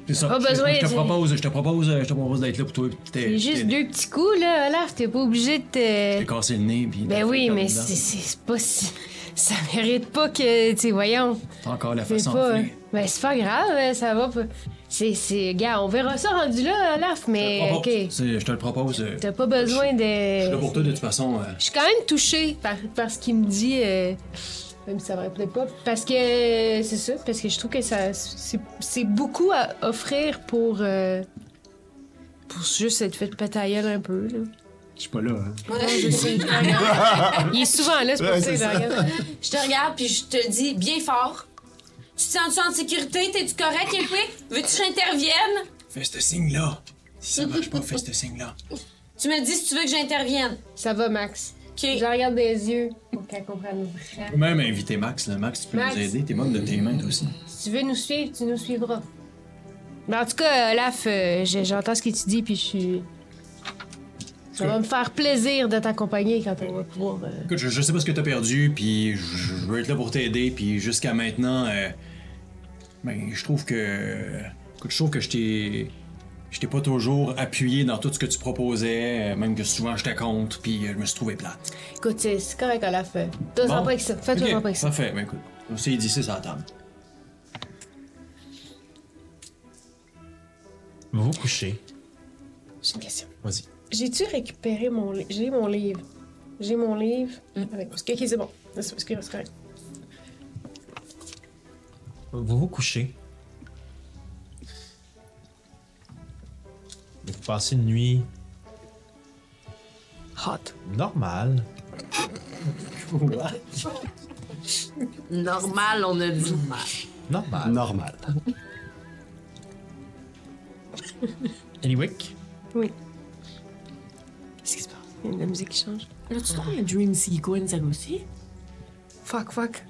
C'est ça. pas je, te- besoin je te d'y- propose, je te propose, euh, je te propose d'être là pour toi. puis C'est t'aider. juste deux petits coups, là, Olaf. T'es pas obligé de J'ai te. cassé le nez. Puis Ben t'as fait oui, comme mais dedans. c'est- c'est c'est pas si. Ça mérite pas que. Tu sais, voyons. T'as encore la C'est façon pas. enflée. Ben, c'est pas grave, ça va pas. C'est. c'est- Gars, on verra ça rendu là, Olaf, mais. Je te le euh, Ok. propose. C'est- Je te le propose. euh, T'as pas besoin Je suis là de. pour toi de toute façon. euh, Je suis quand même touchée par, par ce qu'il me dit. euh, Même si ça va peut-être pas. Parce que euh, c'est ça, parce que je trouve que ça c'est c'est beaucoup à offrir pour euh, pour juste être fait patailleur un peu. Là. Je suis pas là. hein. Ouais, je sais. Ah. Il est souvent là, c'est pour Ouais, ça. c'est ça. il regarde. Je te regarde puis je te dis bien fort. Tu te sens-tu en sécurité? T'es-tu correct, Epic? Veux-tu que j'intervienne? Fais ce signe-là. Si ça marche pas, fais ce signe-là. Tu me dis si tu veux que j'intervienne. Ça va, Max. Je OK. la regarde des yeux pour qu'elle comprenne vraiment. Tu peux même inviter Max. Là. Max, tu peux Max. nous aider. T'es mode de tes mains, toi aussi. Si tu veux nous suivre, tu nous suivras. Mais en tout cas, Olaf, euh, j'ai- j'entends ce que tu dis, puis je suis. Ça va me faire plaisir de t'accompagner quand on va pouvoir. euh, Écoute, je, je sais pas ce que t'as perdu, puis je, je veux être là pour t'aider, puis jusqu'à maintenant, euh, ben, je trouve que. Écoute, je trouve que je t'ai. Je t'ai pas toujours appuyé dans tout ce que tu proposais, euh, même que souvent je t'acompte, puis euh, je me suis trouvé plate. Écoute, c'est c'est correct, Olaf. euh, Toi, Bon. pas avec ça. Fais-toi Ok, pas avec ça. Parfait, ben écoute, on s'est dit, c'est ça la table. Vous vous couchez. J'ai une question. Vas-y. J'ai-tu récupéré mon livre? J'ai mon livre. J'ai mon livre. Avec... Ok, ok, c'est bon. C'est c'est correct. Vous vous couchez. Vous passez une nuit Hot. normale. Normal, on a dit. Normale. Ah. Normal. Eliwick, Qu'est-ce qui se passe? Il y a de la musique qui change. Là, tu trouves un dream sequence, elle aussi? Fuck, fuck.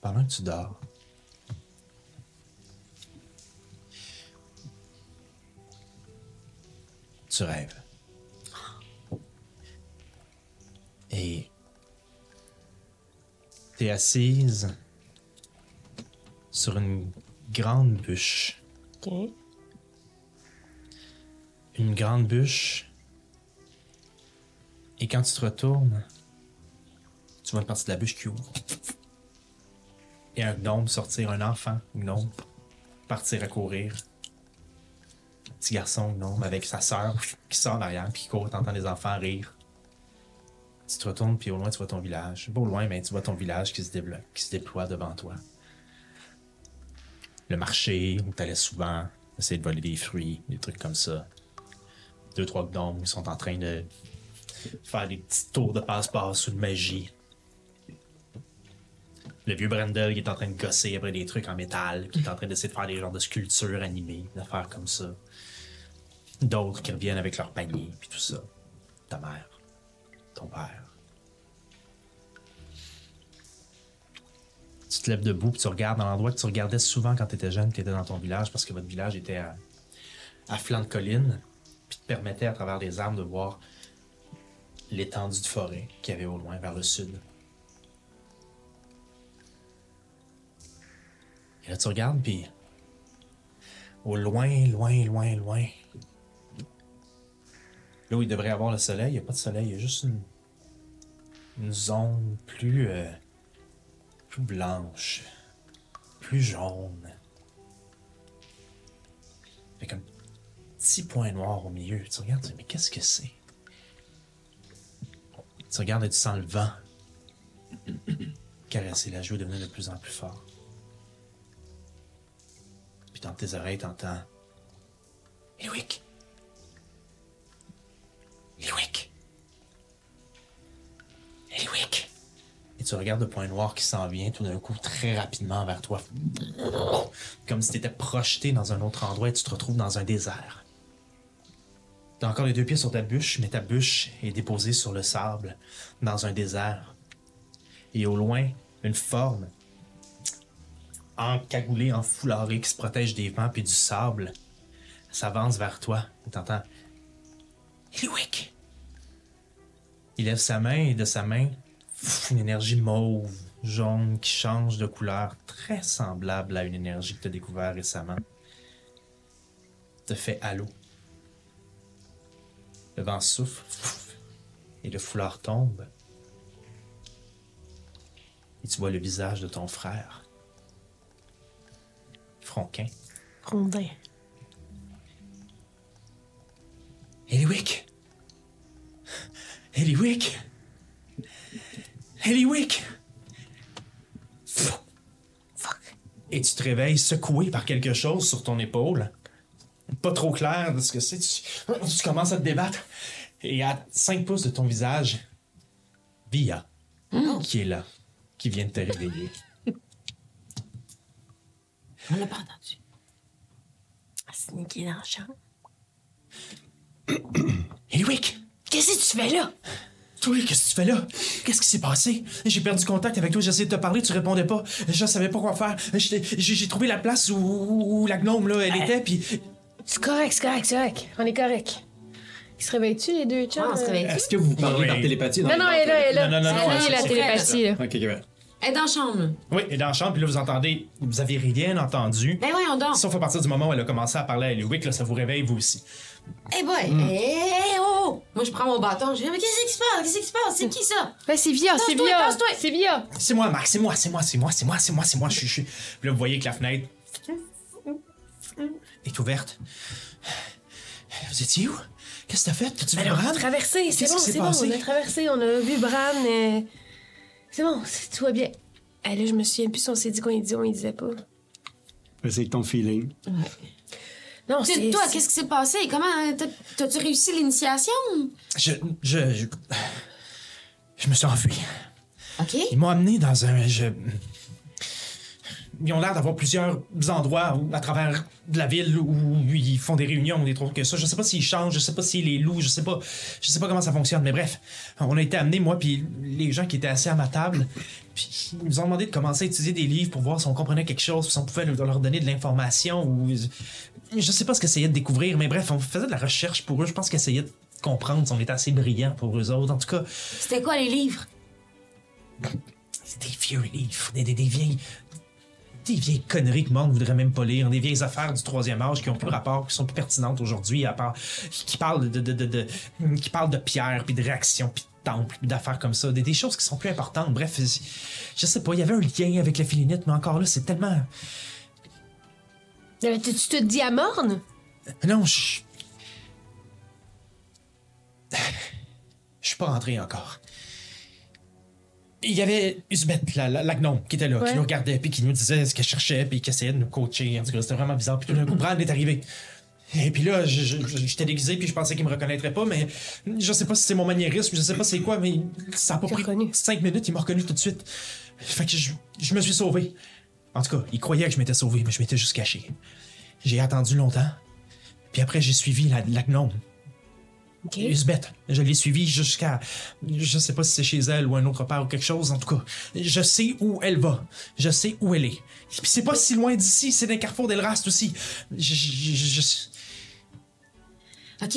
pendant que tu dors, tu rêves. T'es assise sur une grande bûche. Ok. une grande bûche. Et quand tu te retournes, tu vois une partie de la bûche qui ouvre. Et un gnome sortir, un enfant gnome, partir à courir. Un petit garçon gnome avec sa sœur qui sort derrière puis qui court, t'entends les enfants rire. Tu te retournes, puis au loin, tu vois ton village. Pas au loin, mais tu vois ton village qui se, déblo- qui se déploie devant toi. Le marché où t'allais souvent, essayer de voler des fruits, des trucs comme ça deux, trois gnomes qui sont en train de faire des petits tours de passe-passe ou de magie. Le vieux Brendel qui est en train de gosser après des trucs en métal, qui est en train d'essayer de faire des genres de sculptures animées, d'affaires comme ça. D'autres qui reviennent avec leur panier, puis tout ça. Ta mère, ton père. Tu te lèves debout, puis tu regardes dans l'endroit que tu regardais souvent quand tu étais jeune, que tu étais dans ton village, parce que votre village était à, à flanc de colline puis te permettait à travers les arbres de voir l'étendue de forêt qu'il y avait au loin vers le sud. Et là, tu regardes, puis au loin, loin, loin, loin, là où il devrait y avoir le soleil, il n'y a pas de soleil, il y a juste une, une zone plus, euh, plus blanche, plus jaune, avec un petit point noir au milieu. Tu regardes, tu dis, mais qu'est-ce que c'est? Tu regardes et tu sens le vent caresser la joue devenir de plus en plus fort. Puis dans tes oreilles, t'entends Eliwick! Eliwick! Eliwick! Et tu regardes le point noir qui s'en vient tout d'un coup très rapidement vers toi comme si t'étais projeté dans un autre endroit et tu te retrouves dans un désert. T'as encore les deux pieds sur ta bûche, mais ta bûche est déposée sur le sable, dans un désert. Et au loin, une forme encagoulée, enfoulée, qui se protège des vents puis du sable, s'avance vers toi et t'entends Eliwick! Il lève sa main et de sa main, pff, une énergie mauve, jaune, qui change de couleur, très semblable à une énergie que tu as découvert récemment. Te fait halo. Le vent souffle pff, et le foulard tombe. Et tu vois le visage de ton frère. Fronquin. Rondin. Eliwick! Eliwick! Eliwick! Et tu te réveilles secoué par quelque chose sur ton épaule. Pas trop clair de ce que c'est. Tu, tu commences à te débattre. Et à 5 pouces de ton visage, Via, qui est là, qui vient de te réveiller. On l'a pas entendu. À sneaker dans la chambre. Eliwick! Qu'est-ce que tu fais là? Toi, qu'est-ce que tu fais là? Qu'est-ce qui s'est passé? J'ai perdu contact avec toi, j'ai essayé de te parler, tu répondais pas. Je savais pas quoi faire. Je t'ai- J'ai j'ai trouvé la place où, où- où la gnome, là, elle était, puis C'est correct, c'est correct, c'est correct. On est correct. Ils se réveillent-tu, les deux chums? on se euh? réveille. Est-ce que vous parlez Oui. par télépathie? Non, non, elle est là, elle est là. Non, non, non, Ça non, y est, c'est- la c'est- télépathie, là. Ok, ok, ben, ouais. Elle est dans la chambre. Oui, et dans la chambre, puis là, vous entendez, vous avez rien entendu. Ben voyons donc. Sauf à partir du moment où elle a commencé à parler à Eliwick, là, ça vous réveille, vous aussi. Eh boy, Mm. eh oh! Moi, je prends mon bâton, je dis, mais qu'est-ce qui se passe? Qu'est-ce qui se passe? C'est qui ça? Ben, c'est Via, c'est Tasse-toi, Via. tasse-toi. C'est Via. C'est moi, Marc, c'est moi, c'est moi, c'est moi, c'est moi, c'est moi, c'est moi, je suis. je suis- Puis là, vous voyez que la fenêtre est ouverte. Vous étiez où? Qu'est-ce que t'as fait? T'as-tu vu Laurent? Traversé, c'est Qu'est-ce bon, qui s'est c'est bon. passé? On a traversé, on a vu Bran. euh, C'est bon, c'est- tout va bien. Ah, là, je me souviens plus si on s'est dit qu'on y disait ou on y disait pas. C'est ton feeling. Non, Tu- c'est... Toi, c'est- qu'est-ce qui s'est passé? Comment? euh, t'as- T'as-tu réussi l'initiation? Je, je, je. Je me suis enfui. OK. Ils m'ont amené dans un. Je... Ils ont l'air d'avoir plusieurs endroits où- à travers de la ville où ils font des réunions ou des trucs que ça. Je sais pas s'ils changent, je sais pas s'ils les louent, je sais pas, je sais pas comment ça fonctionne. Mais bref, on a été amenés, moi puis les gens qui étaient assis à ma table, puis ils nous ont demandé de commencer à étudier des livres pour voir si on comprenait quelque chose, puis si on pouvait leur- leur donner de l'information ou je sais pas ce qu'ils essayaient de découvrir. Mais bref, on faisait de la recherche pour eux. Je pense qu'ils essayaient de comprendre si on était assez brillants pour eux autres. En tout cas, C'était quoi les livres? C'est des vieux livres, des, des- des vieilles. Des vieilles conneries que Morne voudrait même pas lire, des vieilles affaires du troisième âge qui ont plus rapport, qui sont plus pertinentes aujourd'hui, à part, qui parlent de, de, de, de- qui parlent de pierre, puis de réaction, puis de temple, puis d'affaires comme ça, des, des choses qui sont plus importantes. Bref, je sais pas, il y avait un lien avec la philinite, mais encore là, c'est tellement. Euh, Tu tu te dis à morne? Non, je. Je suis pas rentré encore. Il y avait Usbeth, la, la, la gnome, qui était là, Ouais. qui nous regardait, puis qui nous disait ce qu'elle cherchait, puis qui essayait de nous coacher. En tout cas, c'était vraiment bizarre. Puis tout d'un coup, Bran est arrivé. Et puis là, je- je- je- j'étais déguisé, puis je pensais qu'il me reconnaîtrait pas, mais je sais pas si c'est mon maniérisme, je sais pas c'est quoi, mais ça a pas Il t'a pris reconnu. cinq minutes, il m'a reconnu tout de suite. Fait que je, je me suis sauvé. En tout cas, il croyait que je m'étais sauvé, mais je m'étais juste caché. J'ai attendu longtemps, puis après j'ai suivi la, la gnome. Ok. Lisbeth. Je l'ai suivie jusqu'à. Je sais pas si c'est chez elle ou un autre part ou quelque chose, en tout cas. Je sais où elle va. Je sais où elle est. Puis c'est pas si loin d'ici, c'est dans le carrefour d'Elrast aussi. Je. je- je- je-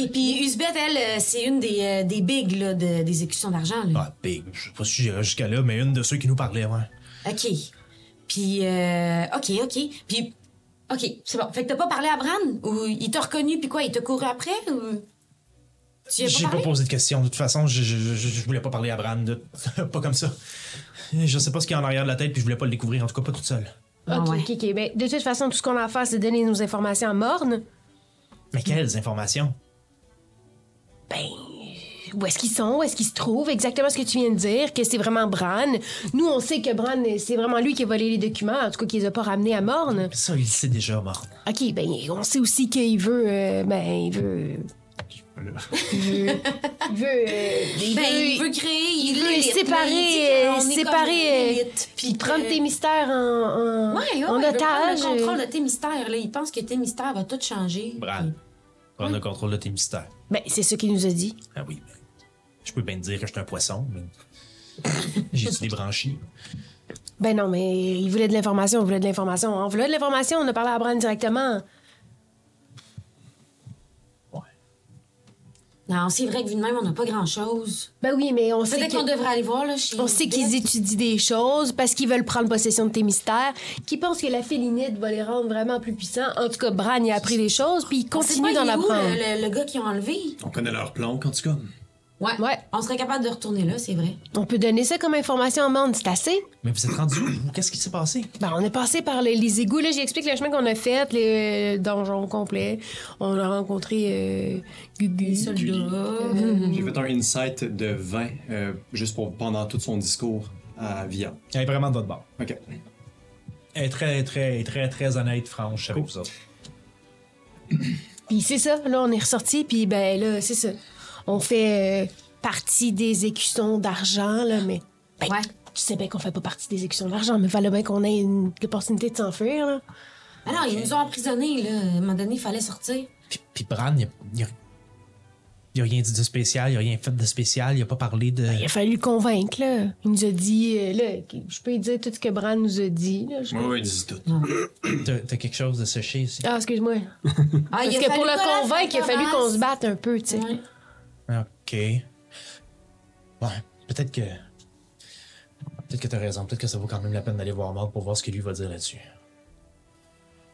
OK, puis Usbeth, elle, euh, c'est une des, euh, des bigs là, de- des écussons d'argent. là. Ah, big. Je sais pas si j'irais jusqu'à là, mais une de ceux qui nous parlait, ouais. OK. Puis, euh, OK, OK. Puis, OK, c'est bon. Fait que t'as pas parlé à Bran? Ou il t'a reconnu, puis quoi, il t'a couru après? Ou... Tu y as J'ai pas pas parlé? posé de questions. De toute façon, je, je, je- je voulais pas parler à Bran. de- pas comme ça. Je sais pas ce qu'il y a en arrière de la tête, puis je voulais pas le découvrir, en tout cas pas toute seule. Ah ok, ouais. ok, ok. Ben, de toute façon, tout ce qu'on a à faire, c'est donner nos informations à morne. Mais quelles informations? Où est-ce qu'ils sont? Où est-ce qu'ils se trouvent? Exactement ce que tu viens de dire, que c'est vraiment Bran. Nous, on sait que Bran, c'est vraiment lui qui a volé les documents, en tout cas, qu'il les a pas ramenés à morne. Ça, il le sait déjà, mort. Ok, ben, on sait aussi qu'il veut. euh, ben, il veut. Il veut. Il veut. euh, il Ben, veut- il veut créer, il, veut l'élite, séparer, là, il dit qu'on est euh, comme séparer, l'élite, Puis que- prendre tes mystères en, en, Ouais, ouais, en ouais, il veut otage. euh. prendre le contrôle de tes mystères, là. Il pense que tes mystères va tout changer. Bran, prends le contrôle de tes mystères. Ben, c'est ce qu'il nous a dit. Ah oui, mais je peux bien te dire que je suis un poisson, mais. J'ai-tu des branchies? Ben non, mais il voulait de l'information, on voulait de l'information. On voulait de l'information, on a parlé à Bran directement. Non, c'est vrai que vu de même, on n'a pas grand-chose. Ben oui, mais on sait Peut-être qu'on que- devrait aller voir, là, chez On sait qu'ils Beth. étudient des choses parce qu'ils veulent prendre possession de tes mystères, qu'ils pensent que la félinite va les rendre vraiment plus puissants. En tout cas, Bran y a appris des choses, puis il On sait pas, continue il d'en est où, apprendre. Le, le- le gars qui ont enlevé. On connaît leur plan, quand tu comme. Ouais. Ouais. On serait capable de retourner là, c'est vrai. On peut donner ça comme information au monde, c'est assez. Mais vous êtes rendu où? Qu'est-ce qui s'est passé? Ben, on est passé par le- les égouts, là, j'explique le chemin qu'on a fait, les euh, donjons complets. On a rencontré euh, Gugu. Soldats. Euh, Euh, J'ai fait un insight de 20 euh, juste pour pendant tout son discours à Via. Elle est vraiment de votre bord. Ok. Elle est très, très, très, très honnête, franche avec vous autres. Puis c'est ça, là, on est ressorti, puis ben là, c'est ça. On fait euh, partie des écussons d'argent, là, mais. ben, Ouais. Tu sais bien qu'on fait pas partie des écussons d'argent, mais fallait bien qu'on ait une l'opportunité de s'enfuir, là. Alors, Ah ils nous ont emprisonnés, là. À un moment donné, il fallait sortir. Puis, puis Bran, il a, il a- il a rien dit de spécial, il a rien fait de spécial, il a pas parlé de. Il a fallu le convaincre, là. Il nous a dit, euh, là, que- je peux lui dire tout ce que Bran nous a dit, là. je- Oui, oui, dis tout. T'as t'as quelque chose de séché ici? Ah, excuse-moi. Ah, Parce il a que fallu pour qu'on la le fasse, convaincre, il a fallu qu'on se batte un peu, tu sais. Ouais. Ah, Ok. Ouais, peut-être que. Peut-être que t'as raison, peut-être que ça vaut quand même la peine d'aller voir Mort pour voir ce que lui va dire là-dessus.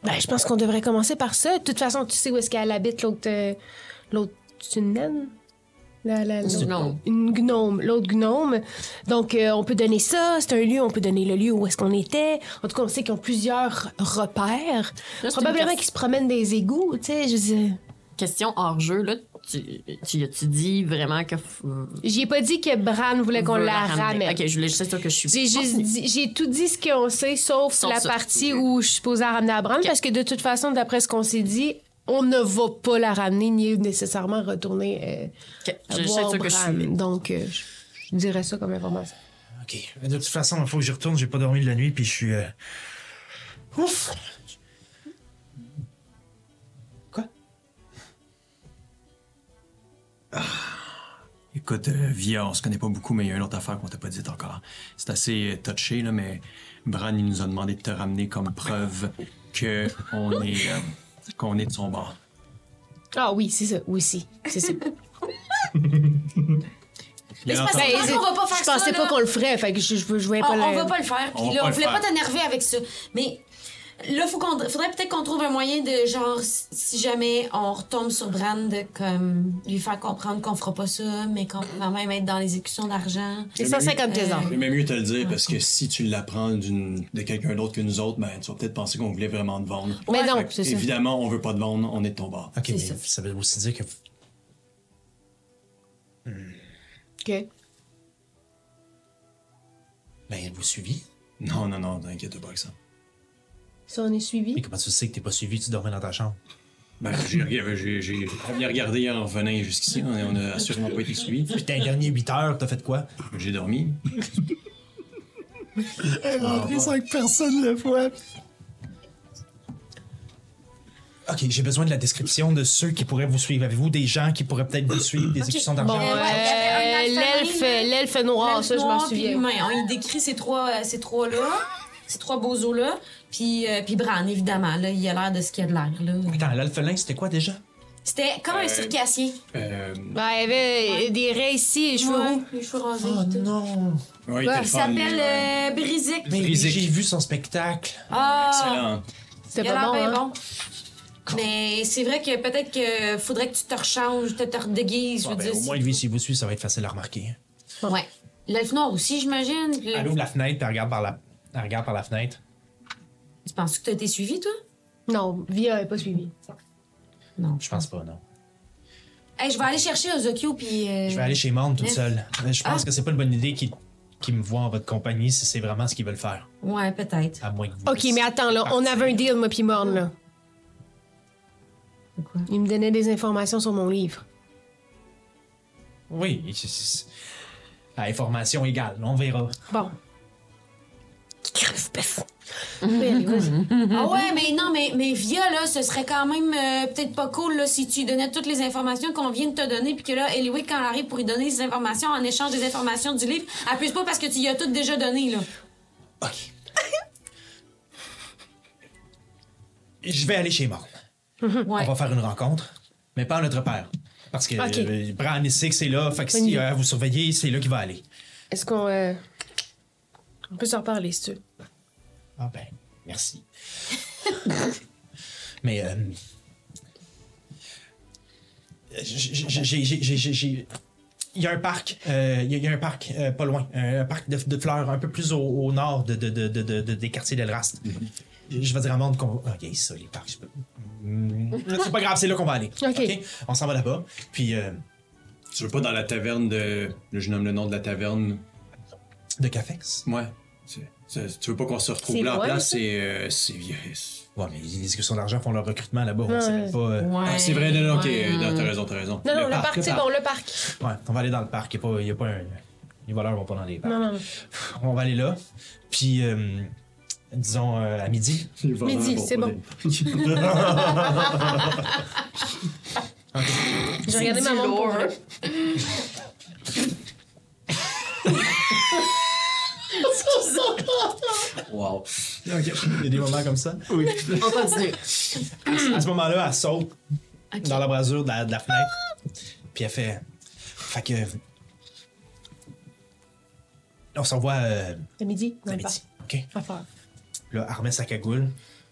Ben, je pense qu'on devrait commencer par ça. De toute façon, tu sais où est-ce qu'elle habite, l'autre. euh, l'autre. C'est une naine? La, la, l'autre- gnome. Une gnome, l'autre gnome. Donc, euh, on peut donner ça, c'est un lieu, on peut donner le lieu où est-ce qu'on était. En tout cas, on sait qu'ils ont plusieurs repères. c'est une Probablement casse- qu'ils se promènent des égouts, tu sais. Je dis- Question hors jeu, là, tu, tu, tu dis vraiment que. f- J'y ai pas dit que Bran voulait qu'on veut la ramener. ramène. Ok, je voulais juste être sûr que je suis. J'ai juste dit- j'ai tout dit ce qu'on sait, sauf Ah, Sauf la ça. partie où je suis supposée la ramener à Bran, parce que de toute façon, d'après ce qu'on s'est dit, on ne va pas la ramener, ni nécessairement retourner Ok, euh, je voulais juste voir être sûr que je Bran. suis. Donc, euh, je, je dirais ça comme information. Ok. De toute façon, il faut que j'y retourne, j'ai pas dormi de la nuit, puis je suis. euh, Ouf! Quoi? Écoute, euh, Via, on se connaît pas beaucoup, mais il y a une autre affaire qu'on t'a pas dite encore. C'est assez euh, touché, là, mais Bran, il nous a demandé de te ramener comme preuve que on est, euh, qu'on est de son bord. Ben, Ah oui, c'est ça, oui, si, c'est ça. Mais c'est parce que Ben, je pense qu'on va pas faire je ça. pensais pas là. Ah, qu'on le ferait, fait que je, je, je voyais on, pas le... on va pas le faire. On Puis va là, pas on le voulait pas faire. t'énerver avec ça. Mais là, faut qu'on, faudrait peut-être qu'on trouve un moyen de, genre, si- si jamais on retombe sur Brand, de, comme, lui faire comprendre qu'on fera pas ça, mais qu'on peut quand même être dans l'exécution d'argent. C'est 150 trésors. Mais mieux te le dire parce que si tu l'apprends d'une- de quelqu'un d'autre que nous autres, ben, tu vas peut-être penser qu'on voulait vraiment te vendre. Mais non, Fait que, c'est ça. Évidemment, on veut pas te vendre, on est de ton bord. Ok, C'est mais ça. ça. veut aussi dire que. OK. Ben, vous suiviez. Non, non, non, t'inquiète pas avec ça. Ça, on est Mais suivi. comment tu sais que t'es pas suivi, tu dormais dans ta chambre? Ben, j'ai regardé- j'ai- j'ai bien regardé hier en venant jusqu'ici, on, on a assurément pas été suivis. Putain, les dernières 8 heures, t'as fait quoi? J'ai dormi. Rentrer cinq personnes le fois. Ok, j'ai besoin de la description de ceux qui pourraient vous suivre. Avez-vous des gens qui pourraient peut-être vous suivre, des écussons Bon, d'argent? euh, ouais, il y avait un l'elfe alphaline, l'elfe noir, Oh, ça, je m'en Noir, puis souviens. l'humain. On y décrit ces trois, euh, ces trois-là, ces trois beaux os-là, puis, euh, puis Bran, évidemment. Là, il a l'air de ce qu'il a de l'air, là. Attends, l'alphelin, c'était quoi déjà? C'était comme un Euh, circassien. Euh, Ben, il y avait euh, des raies ici, et les cheveux Ouais, roux. les cheveux rasés. Oh tout. non! ouais, Ouais, t'es le il Il fun, s'appelle ouais. euh, Brizic. Mais Brizic. j'ai vu son spectacle. Ah! Excellent. C'était Il a pas l'air bon, bien hein? bon. Mais c'est vrai que peut-être que faudrait que tu te rechanges, te, te redéguises, je Bon, veux ben, dire. Euh. au moins, lui, s'il vous suit, ça va être facile à remarquer. c'est- Ouais. L'elfe noir aussi, j'imagine. Le- Elle ouvre la fenêtre, puis elle regarde par la, elle regarde par la fenêtre. Tu penses que t'as été suivi, toi? Non, Via n'est pas suivi. Non. Je pense pas, non. Hey, je vais aller chercher Ozokyo, puis... euh, Je vais aller chez Mande toute Yes. seule. Mais Je pense Ah. que c'est pas une bonne idée qu'ils qu'ils me voient en votre compagnie si c'est vraiment ce qu'ils veulent faire. Ouais, peut-être. À moins que vous. OK, mais attends, là, on partir. avait un deal, moi puis Morne, là. De quoi? Il me donnait des informations sur mon livre. Oui, c'est- c'est- à information égale, on verra. Bon. Crève, pef. Oui, allez, vas-y. Ah ouais, mais non, mais, mais via, là, ce serait quand même euh, peut-être pas cool là, si tu donnais toutes les informations qu'on vient de te donner, puis que là, Eliwick, quand elle arrive pour lui donner des informations en échange des informations du livre, appuie pas parce que tu y as toutes déjà donné, là. Ok. Je vais aller chez Morne. Mhm. Ouais. On va faire une rencontre, mais pas à notre père. Parce que Ok. euh, Bran, il sait que c'est là, fait que Bonne si idée. euh, vous surveillez, c'est là qu'il va aller. Est-ce qu'on... euh, On peut s'en reparler, si tu veux. Ah ben, merci. Mais euh, j- j- j'ai- j'ai- j'ai- j'ai- j'ai- il y a un parc, euh, il y a- il y a un parc euh, pas loin, un parc de, de fleurs un peu plus au, au nord de, de- de- de- de- de- des quartiers d'Elrast. Je vais dire à monde qu'on. Ok, ça, les parcs. je peux- Hmm, C'est pas grave, c'est là qu'on va aller. Ok. On s'en va là-bas. Puis euh, Tu veux pas dans la taverne de. là, Je nomme le nom de la taverne. de Cafex. Ouais. C'est- c'est- Tu veux pas qu'on se retrouve C'est là en loin, place? ça? C'est. euh, c'est yes. Ouais, mais les discussions d'argent font leur recrutement là-bas. on Ouais. sait même pas. euh, Ouais. Ah, c'est vrai, non, non, ok, Ouais. euh, non, t'as raison, t'as raison. Non, non, le parc, c'est le bon, le parc. Ouais, on va aller dans le parc. Il n'y a, pas- y a pas un. Les voleurs vont pas dans les parcs. Non, non, non. On va aller là. Puis, euh, disons, euh, à midi. Il va Midi, vraiment c'est pas bon. J'ai regardé ma montre. pour vrai. Wow. Il y a des moments comme ça. Oui. On continue. À ce moment-là, elle saute dans la brasure de la, de la fenêtre. Puis elle fait. Fait que. On s'envoie euh, C'est midi? à Non, pas. midi. OK? Pas fort. Là, elle remet sa cagoule.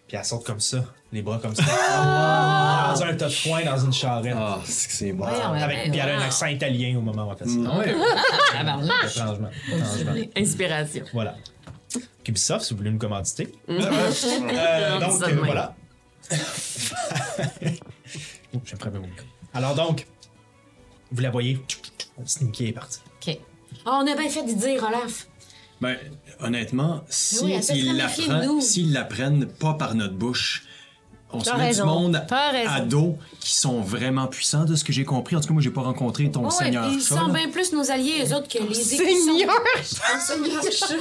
Puis elle saute comme ça, les bras comme ça. dans un tas de foin, dans une charrette. Ah, c'est que c'est bon. Ah, ouais, Avec, ouais, puis elle a un wow. accent italien au moment où elle fait ça. Ouais. Étrangement. étrangement. Inspiration. Voilà. Ubisoft, si vous voulez nous commanditer. Euh, donc, Ça de euh, même. voilà. Oh, J'ai frappé mon micro. Alors donc, vous la voyez, Sneaky est parti. OK. Ah, on a bien fait de dire, Olaf. Ben, honnêtement, oui, si elle se serait ils méfiée de l'apprennent- nous. s'ils l'apprennent pas par notre bouche, on se T'as met raison, du monde t'as raison. à dos qui sont vraiment puissants, de ce que j'ai compris. En tout cas, moi, j'ai pas rencontré ton Ouais, Oh seigneur ils chat, sont là. bien plus nos alliés, eux autres, que les écussons. Seigneur! Ah, Seigneur chat.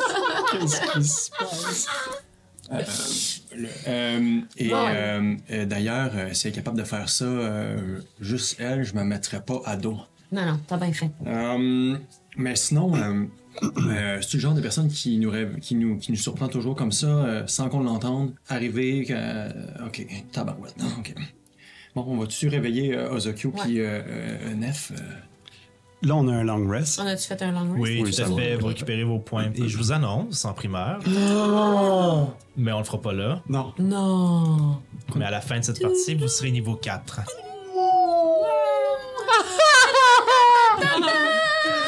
Le- euh, et Ouais. euh, euh, d'ailleurs, euh, si elle est capable de faire ça, euh, juste elle, je me mettrais pas à dos. Non, non, t'as bien fait. Euh, mais sinon, euh, euh, c'est le genre de personne qui nous, rêve, qui nous, qui nous surprend toujours comme ça, euh, sans qu'on l'entende, arriver. que- ok, tabarouette. Ok. Bon, on va-tu réveiller euh, Ozokyo puis euh, euh, Nef? euh, Là, on a un long rest. On a-tu fait un long rest? Oui, Oui, tout ça à va. fait. Vous récupérez vos points. Et je vous annonce en primaire, mais on le fera pas là. Non. Non. Mais à la fin de cette partie, vous serez niveau 4.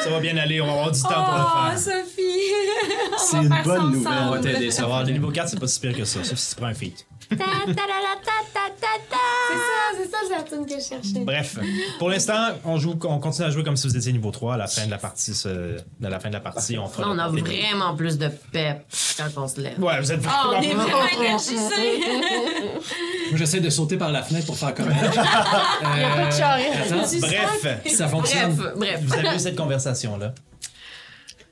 Ça va bien aller, on va avoir du temps pour Ah, le faire. Sophie! C'est une faire ça bonne nouvelle. ensemble. On va t'aider, ça Avoir va. le niveau 4, c'est pas si pire que ça, sauf si tu prends un feat. C'est ça, c'est ça la tune que je cherchais. Bref, pour l'instant, on joue, on continue à jouer comme si vous étiez niveau 3. À la fin de la partie, ce- à la fin de la partie, on fera. on a les- vraiment plus de pep quand on se lève. Ouais, vous êtes Oh, vraiment. on est vraiment énergisés! Moi, j'essaie de sauter par la fenêtre pour faire comme elle. Il n'y a pas de charrette. Attends, Bref, ça fonctionne. Bref, bref. vous avez eu cette conversation là.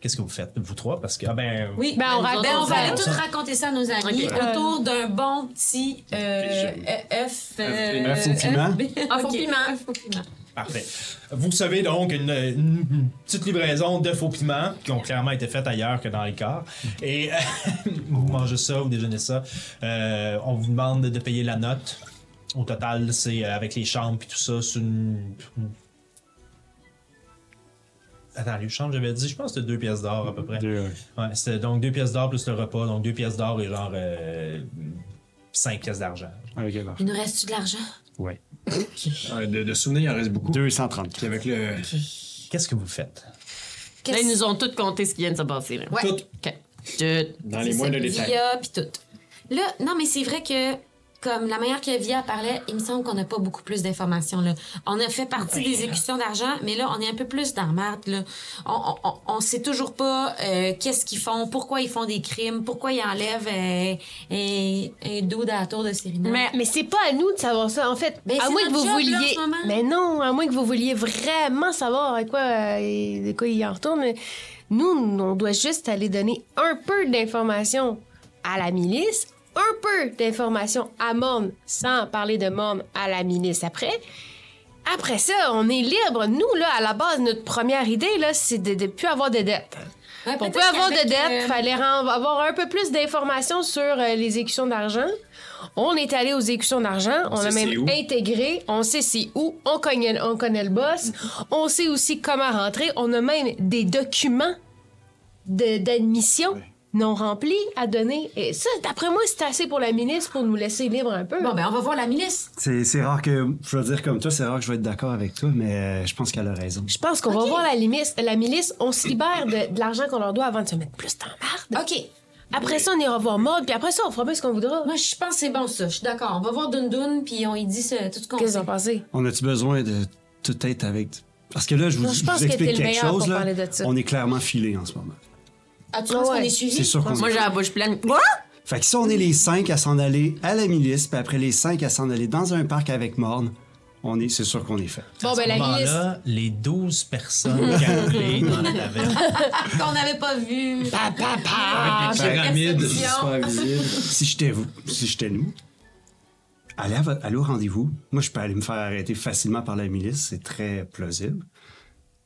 Qu'est-ce que vous faites, vous trois, parce que ah ben. Oui, Ben, on ben, on raconte. va aller tout raconter ça à nos amis Ok. autour d'un bon petit euh, euh, F. euh, F au piment. F au Ok, piment. F au piment. Parfait. Vous recevez donc une, une- une petite livraison de faux piments qui ont clairement été faites ailleurs que dans les corps. Et euh, vous mangez ça, vous déjeunez ça. Euh, on vous demande de payer la note. Au total, c'est euh, avec les chambres et tout ça, c'est une. une- Attends, les chambres, j'avais dit, je pense que c'était deux pièces d'or à peu près. Deux. Ouais, c'était donc deux pièces d'or plus le repas, donc deux pièces d'or et genre euh, cinq pièces d'argent. Ok, parfait. Il nous reste-tu de l'argent? Ouais. Euh, De, de souvenirs, il en reste beaucoup. 234. Puis avec le. Qu'est-ce que vous faites? Là, Qu'est-ce- ils nous ont toutes compté ce qui vient de se passer. Là. Ouais. Tout OK. Tout. dans les C'est moindres ça, détails. Via, puis tout. Là, non, mais c'est vrai que, comme la manière que Via parlait, il me semble qu'on n'a pas beaucoup plus d'informations. là. On a fait partie des écussions d'argent, mais là, on est un peu plus dans la marde, là. On, on, on- on sait toujours pas euh, qu'est-ce qu'ils font, pourquoi ils font des crimes, pourquoi ils enlèvent euh, un, un dos dans la tour de Serena. Mais Mais c'est pas à nous de savoir ça, en fait. Ben, à c'est moins que notre vous job, là, en vouliez. ce moment. mais non, à moins que vous vouliez vraiment savoir à quoi, euh, de quoi il en retourne. Nous, on doit juste aller donner un peu d'informations à la milice, un peu d'informations à Morne, sans parler de Morne à la milice après. Après ça, on est libre. Nous, là, à la base, notre première idée, là, c'est de ne plus avoir de dettes. Ouais, On peut-être peut avoir de qu'avec, dettes, euh, fallait ren- avoir un peu plus d'informations sur euh, les écutions d'argent. On est allé aux écutions d'argent, on, sait a même c'est où. intégré, on sait c'est où, on connaît, on connaît le boss, on sait aussi comment rentrer, on a même des documents de- d'admission non remplis à donner. Et ça, d'après moi, c'est assez pour la ministre pour nous laisser libre un peu. Bon, ben, on va voir la milice. C'est c'est rare que, je veux dire comme toi, c'est rare que je vais être d'accord avec toi, mais euh, je pense qu'elle a raison. Je pense qu'on va voir la, limice- la milice, on se libère de, de l'argent qu'on leur doit avant de se mettre plus dans la merde. OK. Après ça, on ira voir mode, puis après ça, on fera bien ce qu'on voudra. Moi, je pense que c'est bon, ça. Je suis d'accord. On va voir Dundun, puis on y dit ce- tout ce qu'on Qu'est-ce que vous en sait. pensez? On a-tu besoin de tout être avec. Parce que là, je vous, Non, je je pense vous que t'es explique le quelque meilleur chose. pour Là. parler de ça. On est clairement filé en ce moment. Ah, tu penses Ouais. qu'on est suivi? C'est sûr qu'on moi, j'ai est. la bouche pleine. Quoi? Fait que si on est les cinq à s'en aller à la milice, puis après les cinq à s'en aller dans un parc avec Morne, on est, c'est sûr qu'on est fait. Bon, ben, À la ce milice. moment-là, les 12 personnes calculées dans la taverne Ah, Qu'on n'avait pas vu. Ah, Papa! J'ai Pyramide, perception. super visible. Si j'étais vous, si j'étais nous, allez, à vo- allez au rendez-vous. Moi, je peux aller me faire arrêter facilement par la milice, c'est très plausible.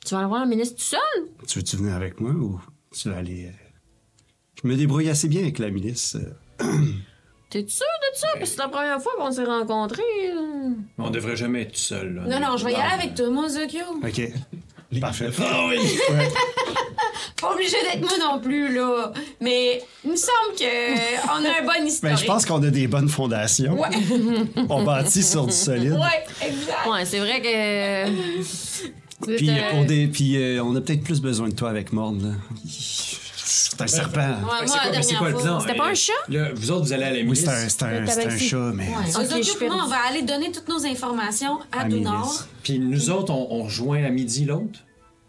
Tu vas aller voir la ministre tout seul? Tu veux-tu venir avec moi ou tu vas aller. euh, Je me débrouille assez bien avec la milice. euh. T'es sûr de ça? Parce que c'est la première fois qu'on s'est rencontrés. euh. On devrait jamais être tout seul. là. Non, non, je vais y aller avec toi, moi, Zokyo. OK. Parfait. Ah Pas obligé d'être moi non plus, là. Mais il me semble que on a un bon Mais historique. Ben, je pense qu'on a des bonnes fondations. Ouais. On bâtit sur du solide. Ouais, exact. Ouais, c'est vrai que. Puis, euh, pour des, puis euh, on a peut-être plus besoin de toi avec Morne. là. C'est un serpent. Ouais, Fait moi, que c'est quoi- la mais c'est dernière quoi le fois- plan? C'était pas Euh, un chat? là, vous autres, vous allez à la Oui, milice. c'est un, c'est un- Le c'est un tabaxi. chat, mais. Ouais, Ok, Zokyo, je suis puis moi, perdue. on va aller donner toutes nos informations à à Dunor. milice. Puis nous autres, on, on rejoint à midi l'autre.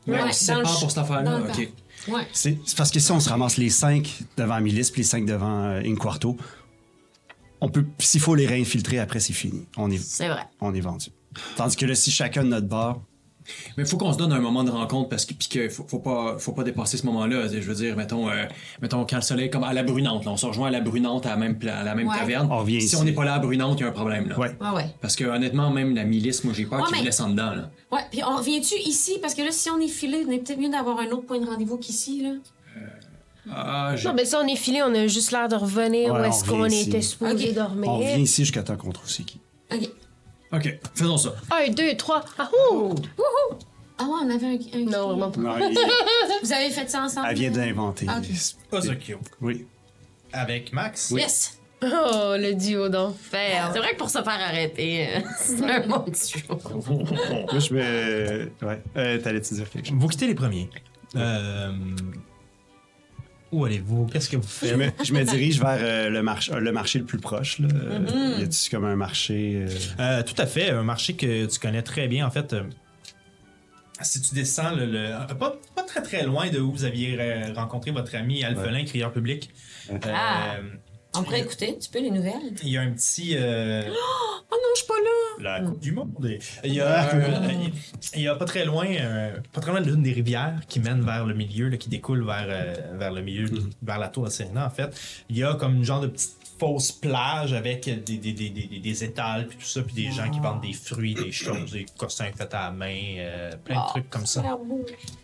Mais Ouais, on dans se le sépare ch- pour cette dans affaire-là. le OK. Ouais. C'est c'est parce que si on se ramasse les cinq devant Milice puis les cinq devant euh, Inquarto, on peut. S'il faut les réinfiltrer après, c'est fini. On est, C'est vrai. on est vendu. Tandis que là, si chacun de notre bord, Mais faut qu'on se donne un moment de rencontre parce que puis que faut, faut pas faut pas dépasser ce moment-là. Je veux dire, mettons euh, mettons quand le soleil comme à la brunante, là, on se rejoint à la brunante à la même pla- à la même Ouais. taverne. On revient si ici. on n'est pas là à brunante, il y a un problème là. Ouais. Ouais, ouais. Parce que honnêtement, même la milice, moi j'ai peur Ouais, qu'ils mais- me laissent en dedans là. Ouais, puis on revient-tu ici? Parce que là, si on est filé, on est peut-être mieux d'avoir un autre point de rendez-vous qu'ici, là. Ah, je- Non, mais si on est filé, on a juste l'air de revenir Ouais, où on est-ce qu'on revient était ici. supposé Ok. dormir. on revient ici jusqu'à temps qu'on trouve c'est qui. OK. OK, faisons ça. Un, deux, trois. Ah, ouh! Ah, Ah ouais, on avait un. un- Non, vraiment pas. Non, il- Vous avez fait ça ensemble? elle vient d'inventer. Ah, ok. Ozokyo. Oui. Avec Max. Yes! Oh, le duo, donc. Faire. euh, C'est vrai que pour se faire arrêter, euh, c'est un bon duo. Moi, je vais. Ouais. Euh, T'allais-tu dire quelque chose? Vous quittez les premiers. Euh, où allez-vous? Qu'est-ce que vous Je faites? me, je me dirige vers euh, le, marché le marché le plus proche. Là. Euh, Y a-tu comme un marché. euh, Euh, tout à fait, un marché que tu connais très bien. En fait, euh, si tu descends, le, le- pas, pas très très loin de où vous aviez euh, rencontré votre ami Alphelin, crieur public, euh, il Ah. On pourrait écouter un petit peu les nouvelles. y a un petit. euh, Oh non, je suis pas là. la Coupe du Monde. Et Il y a, un- il y a pas très loin, euh, pas très loin d'une des rivières qui mène vers le milieu, là, qui découle vers, euh, vers le milieu, vers la tour de Serena, en fait. Il y a comme une genre de petite fausse plage avec des, des, des, des, des étals, puis tout ça, puis des Ah. gens qui vendent des fruits, des choses, des cossins faits à la main, euh, plein Ah, de trucs comme ça. Ah,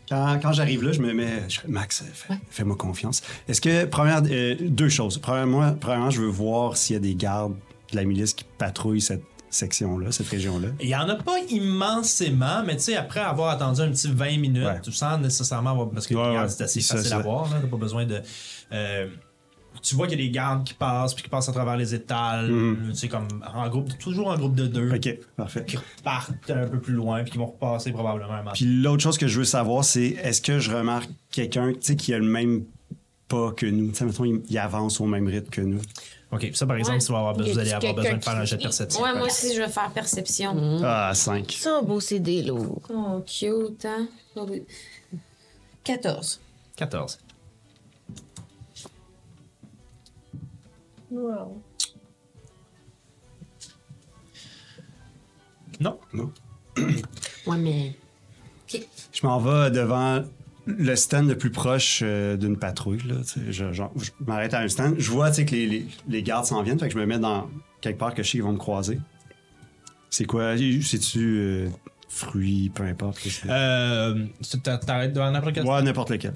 Quand, quand j'arrive là, je me mets. je fais, Max, fais- fais-moi confiance. Est-ce que, première, euh, deux choses. Premièrement, premièrement, je veux voir s'il y a des gardes de la milice qui patrouillent cette section-là, cette région-là. Il y en a pas immensément, mais tu sais, après avoir attendu un petit 20 minutes, Ouais. tu sens nécessairement avoir. Parce que Ouais, les gardes, ouais. c'est assez Ça, facile ça. à voir, là. T'as pas besoin de. euh, tu vois qu'il y a des gardes qui passent, puis qui passent à travers les étals, tu sais, comme en groupe, toujours en groupe de deux, Mm-hmm. OK, parfait. qui repartent un peu plus loin, puis qui vont repasser probablement un match. Puis l'autre chose que je veux savoir, c'est est-ce que je remarque quelqu'un tu sais, qui a le même pas que nous? Tu sais, mettons, il, il avance au même rythme que nous. Ok, ça par exemple, Ouais. tu vas avoir Y besoin, a-tu vous allez avoir quelqu'un besoin de qui- faire un jet de perception. Ouais, moi aussi, je vais faire Mm-hmm. perception. Ah, 5. C'est un beau CD lourd. Oh, cute, hein? Oh, oui. 14. 14. Wow. Non? Ouais, mais. Je m'en vais devant le stand le plus proche euh, d'une patrouille. Là, tu sais. je je- je m'arrête à un stand. Je vois tu sais, que les, les- les gardes s'en viennent, fait que je me mets dans quelque part que je sais qu'ils vont me croiser. C'est quoi? C'est-tu euh, fruits, peu importe? là, c'est- Euh, tu t'a- t'arrêtes devant n'importe quel ouais, n'importe lequel.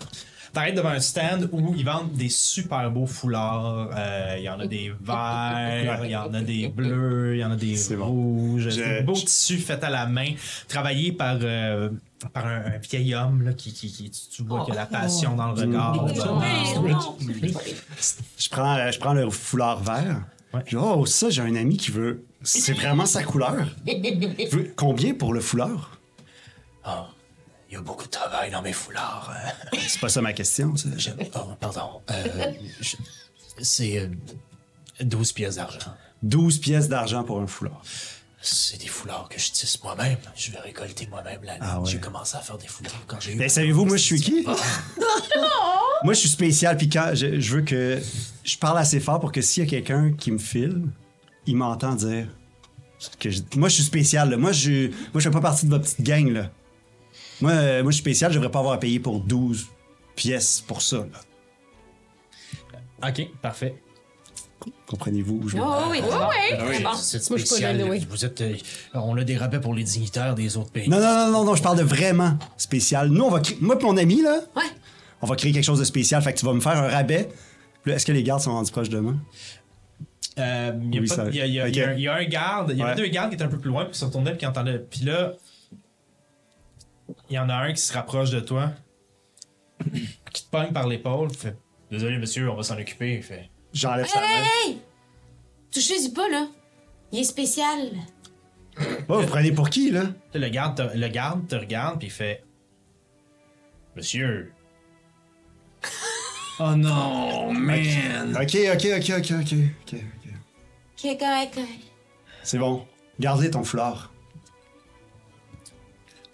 T'arrêtes devant un stand où ils vendent des super beaux foulards. Euh, Il y en a des verts, il y en a des bleus, il y en a des C'est bon. rouges. Je- C'est des beaux tissus faits à la main, travaillés par, euh, par un, un vieil homme là, qui, qui, qui- tu- tu vois qu'il a la passion dans le Mm. regard. Je prends, euh, je prends le foulard vert. Ouais. Je dis, oh, ça, j'ai un ami qui veut. C'est vraiment sa couleur. Il veut- Combien pour le foulard? Il y a beaucoup de travail dans mes foulards. hein. C'est pas ça ma question. ça. pardon. Euh, C'est 12 pièces d'argent. 12 pièces d'argent pour un foulard. C'est des foulards que je tisse moi-même. Je vais récolter moi-même la Ah ouais. J'ai commencé à faire des foulards quand j'ai eu. Ben, savez-vous, moi, je suis qui? moi, je suis spécial, puis quand je, je veux que je parle assez fort pour que s'il y a quelqu'un qui me file, il m'entend dire. Que je- moi, je suis spécial, là. Moi, je moi, je fais pas partie de votre petite gang, là. Moi, euh, moi je suis spécial, je devrais pas avoir à payer pour 12 pièces pour ça, là. Ok, parfait. Comprenez-vous où je veux- Oh, oui, oui. Ah oui, C'est bon. vous êtes Moi, je suis pas spécial, là, oui. Vous êtes, euh, on a des rabais pour les dignitaires des autres pays. Non, non, non, non, non, je parle de vraiment spécial. Nous, on va créer. Moi, pis mon ami, là, Ouais. on va créer quelque chose de spécial. Fait que tu vas me faire un rabais. Là, Est-ce que les gardes sont rendus proches de moi? Euh, Il y a Oui, pas- ça- il y a- il y a- il y a ok. un- il y a un garde, il y avait Ouais. deux gardes qui étaient un peu plus loin, puis qui se retournaient, puis qui entendaient. Puis là, il y en a un qui se rapproche de toi, qui te pogne par l'épaule, fait Désolé, monsieur, on va s'en occuper. Il Fait J'enlève sa main. Touchez-y pas, là. Il est spécial. Oh, vous prenez pour qui, là? Là, le, garde te, le garde te regarde, puis il fait Monsieur, Oh non, man! Ok, ok, ok, ok, ok, ok, ok. Qui est correct. correct. C'est bon. Gardez ton foulard.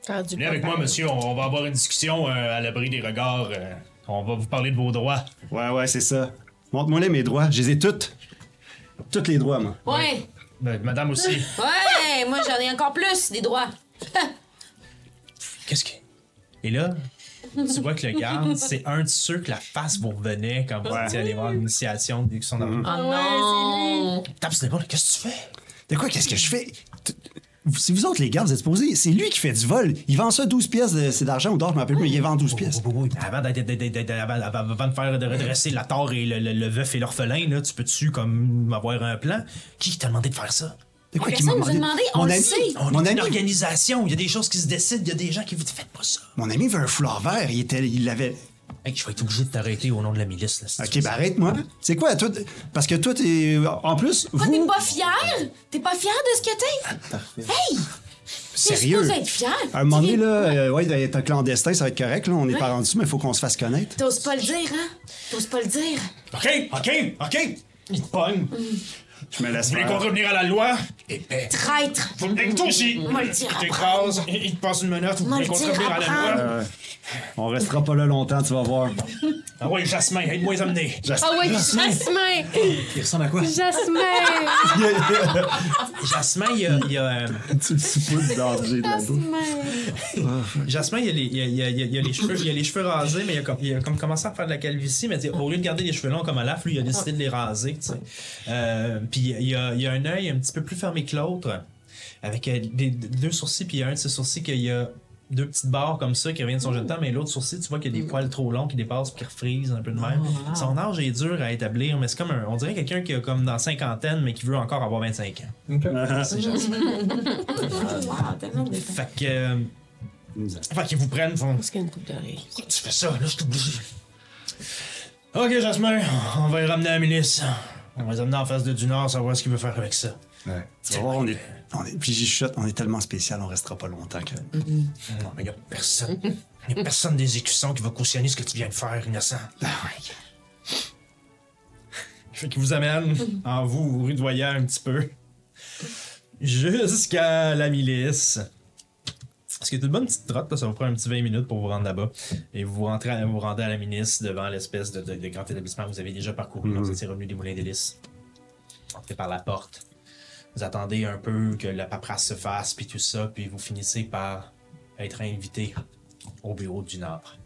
Faire Ah, du venez avec moi, monsieur, on, on va avoir une discussion euh, à l'abri des regards. euh, on va vous parler de vos droits. Ouais, ouais, c'est ça. Montre-moi les mes droits. Je les ai toutes. Toutes les droits, moi. Ouais. Euh, madame aussi. Ouais, moi, j'en ai encore plus, des droits. Qu'est-ce que. Et là, tu vois que le garde, c'est un de ceux que la face vous revenait quand vous étiez allé voir l'initiation de son argent. Ah Oh non! Tape sur l'épaule, qu'est-ce que tu fais? De quoi, qu'est-ce que je fais? T- vous- Si vous autres, les gardes, vous êtes posés, c'est lui qui fait du vol. Il vend ça 12 pièces de- c'est d'argent ou d'or, je m'appelle plus, mais il vend 12 pièces. Oui, oui, mais Avant, d'être- d'être- d'être- d'être- avant, avant- avant de faire de redresser la tare et le, le- le veuf et l'orphelin, là, tu peux-tu comme avoir un plan? Qui t'a demandé de faire ça? De quoi qu'il m'a Personne nous a demandé? demandé, on Mon le ami, sait. On mon est une ami, organisation, il y a des choses qui se décident, il y a des gens qui vous disent faites pas ça. mon ami veut un foulard vert. Il était, il l'avait. Hey, je vais être obligé de t'arrêter au nom de la milice. Là, si tu Ok, veux. bah arrête-moi. C'est quoi, toi? t- Parce que toi, t'es. En plus, vous. Quoi, Ah, t'es pas fier? T'es pas fier de ce que t'es? Hey! T'es Sérieux? supposé être fier. À un moment donné, Tu- là, euh, ouais, d'être un clandestin, ça va être correct. Là, on est pas rendu, mais il faut qu'on se fasse connaître. T'oses pas le dire, hein? T'oses pas le dire. Ok, ok, ok. Il te pogne. Je me laisse Vous voulez faire. contrevenir à la loi? Épais. Traître! Vous me toi aussi. Moi, le dire Il t'écrase, il il te passe une menotte, vous Moi, voulez le dire contrevenir à la loi? après. Euh, on restera pas là longtemps, tu vas voir. Ah ouais, Jasmin, aide-moi à les amener. Ah ouais, Jasmin! Il ressemble à quoi? Jasmin! Jasmin, il y a. il y a, euh, tu le soupes du danger de la bouche. Jasmin, il y a les- il y a- il y a- il y a- il y a les cheveux- il y a les cheveux rasés, mais il a, comme, il a comme commencé à faire de la calvitie. Mais tu sais, au lieu de garder les cheveux longs comme Alaf, lui, il a décidé de les raser. tu sais. Euh, puis il y a, il y a un œil un petit peu plus fermé que l'autre, avec euh, des- deux sourcils, puis il y a un de ses sourcils qu'il y a deux petites barres comme ça qui reviennent de son jeu de temps, mais l'autre sourcil, tu vois qu'il y a des poils trop longs qui dépassent puis qui refrisent un peu de même. Son âge est dur à établir, mais c'est comme un- on dirait quelqu'un qui a comme dans cinquantaine, mais qui veut encore avoir 25 ans. Wow, tellement de Fait que. euh, fait qu'ils vous prennent, font. Parce qu'il y a une coupe d'oreille. Pourquoi Tu fais ça, là, je suis obligé. Ok, Jasmin, on va les ramener à la milice. On va les amener en face de Dunard, savoir ce qu'il veut faire avec ça. Ouais. Tu vas voir, on est. On est puis j'y chuchote, on est tellement spécial, on restera pas longtemps. Que... Non, mais y a personne. Y a personne des écussons qui va cautionner ce que tu viens de faire, innocent. Fait qu'il vous amène en vous rudoyant un petit peu. Jusqu'à la milice. Parce que c'est une bonne petite trotte, là, ça vous prend un petit 20 minutes pour vous rendre là-bas. Et vous rentrez à- vous rendez à la milice devant l'espèce de, de- de grand établissement que vous avez déjà parcouru quand vous étiez revenu des Moulins d'Hélice. Entrez par la porte. Vous attendez un peu que la paperasse se fasse, puis tout ça, puis vous finissez par être invité au bureau du Nord.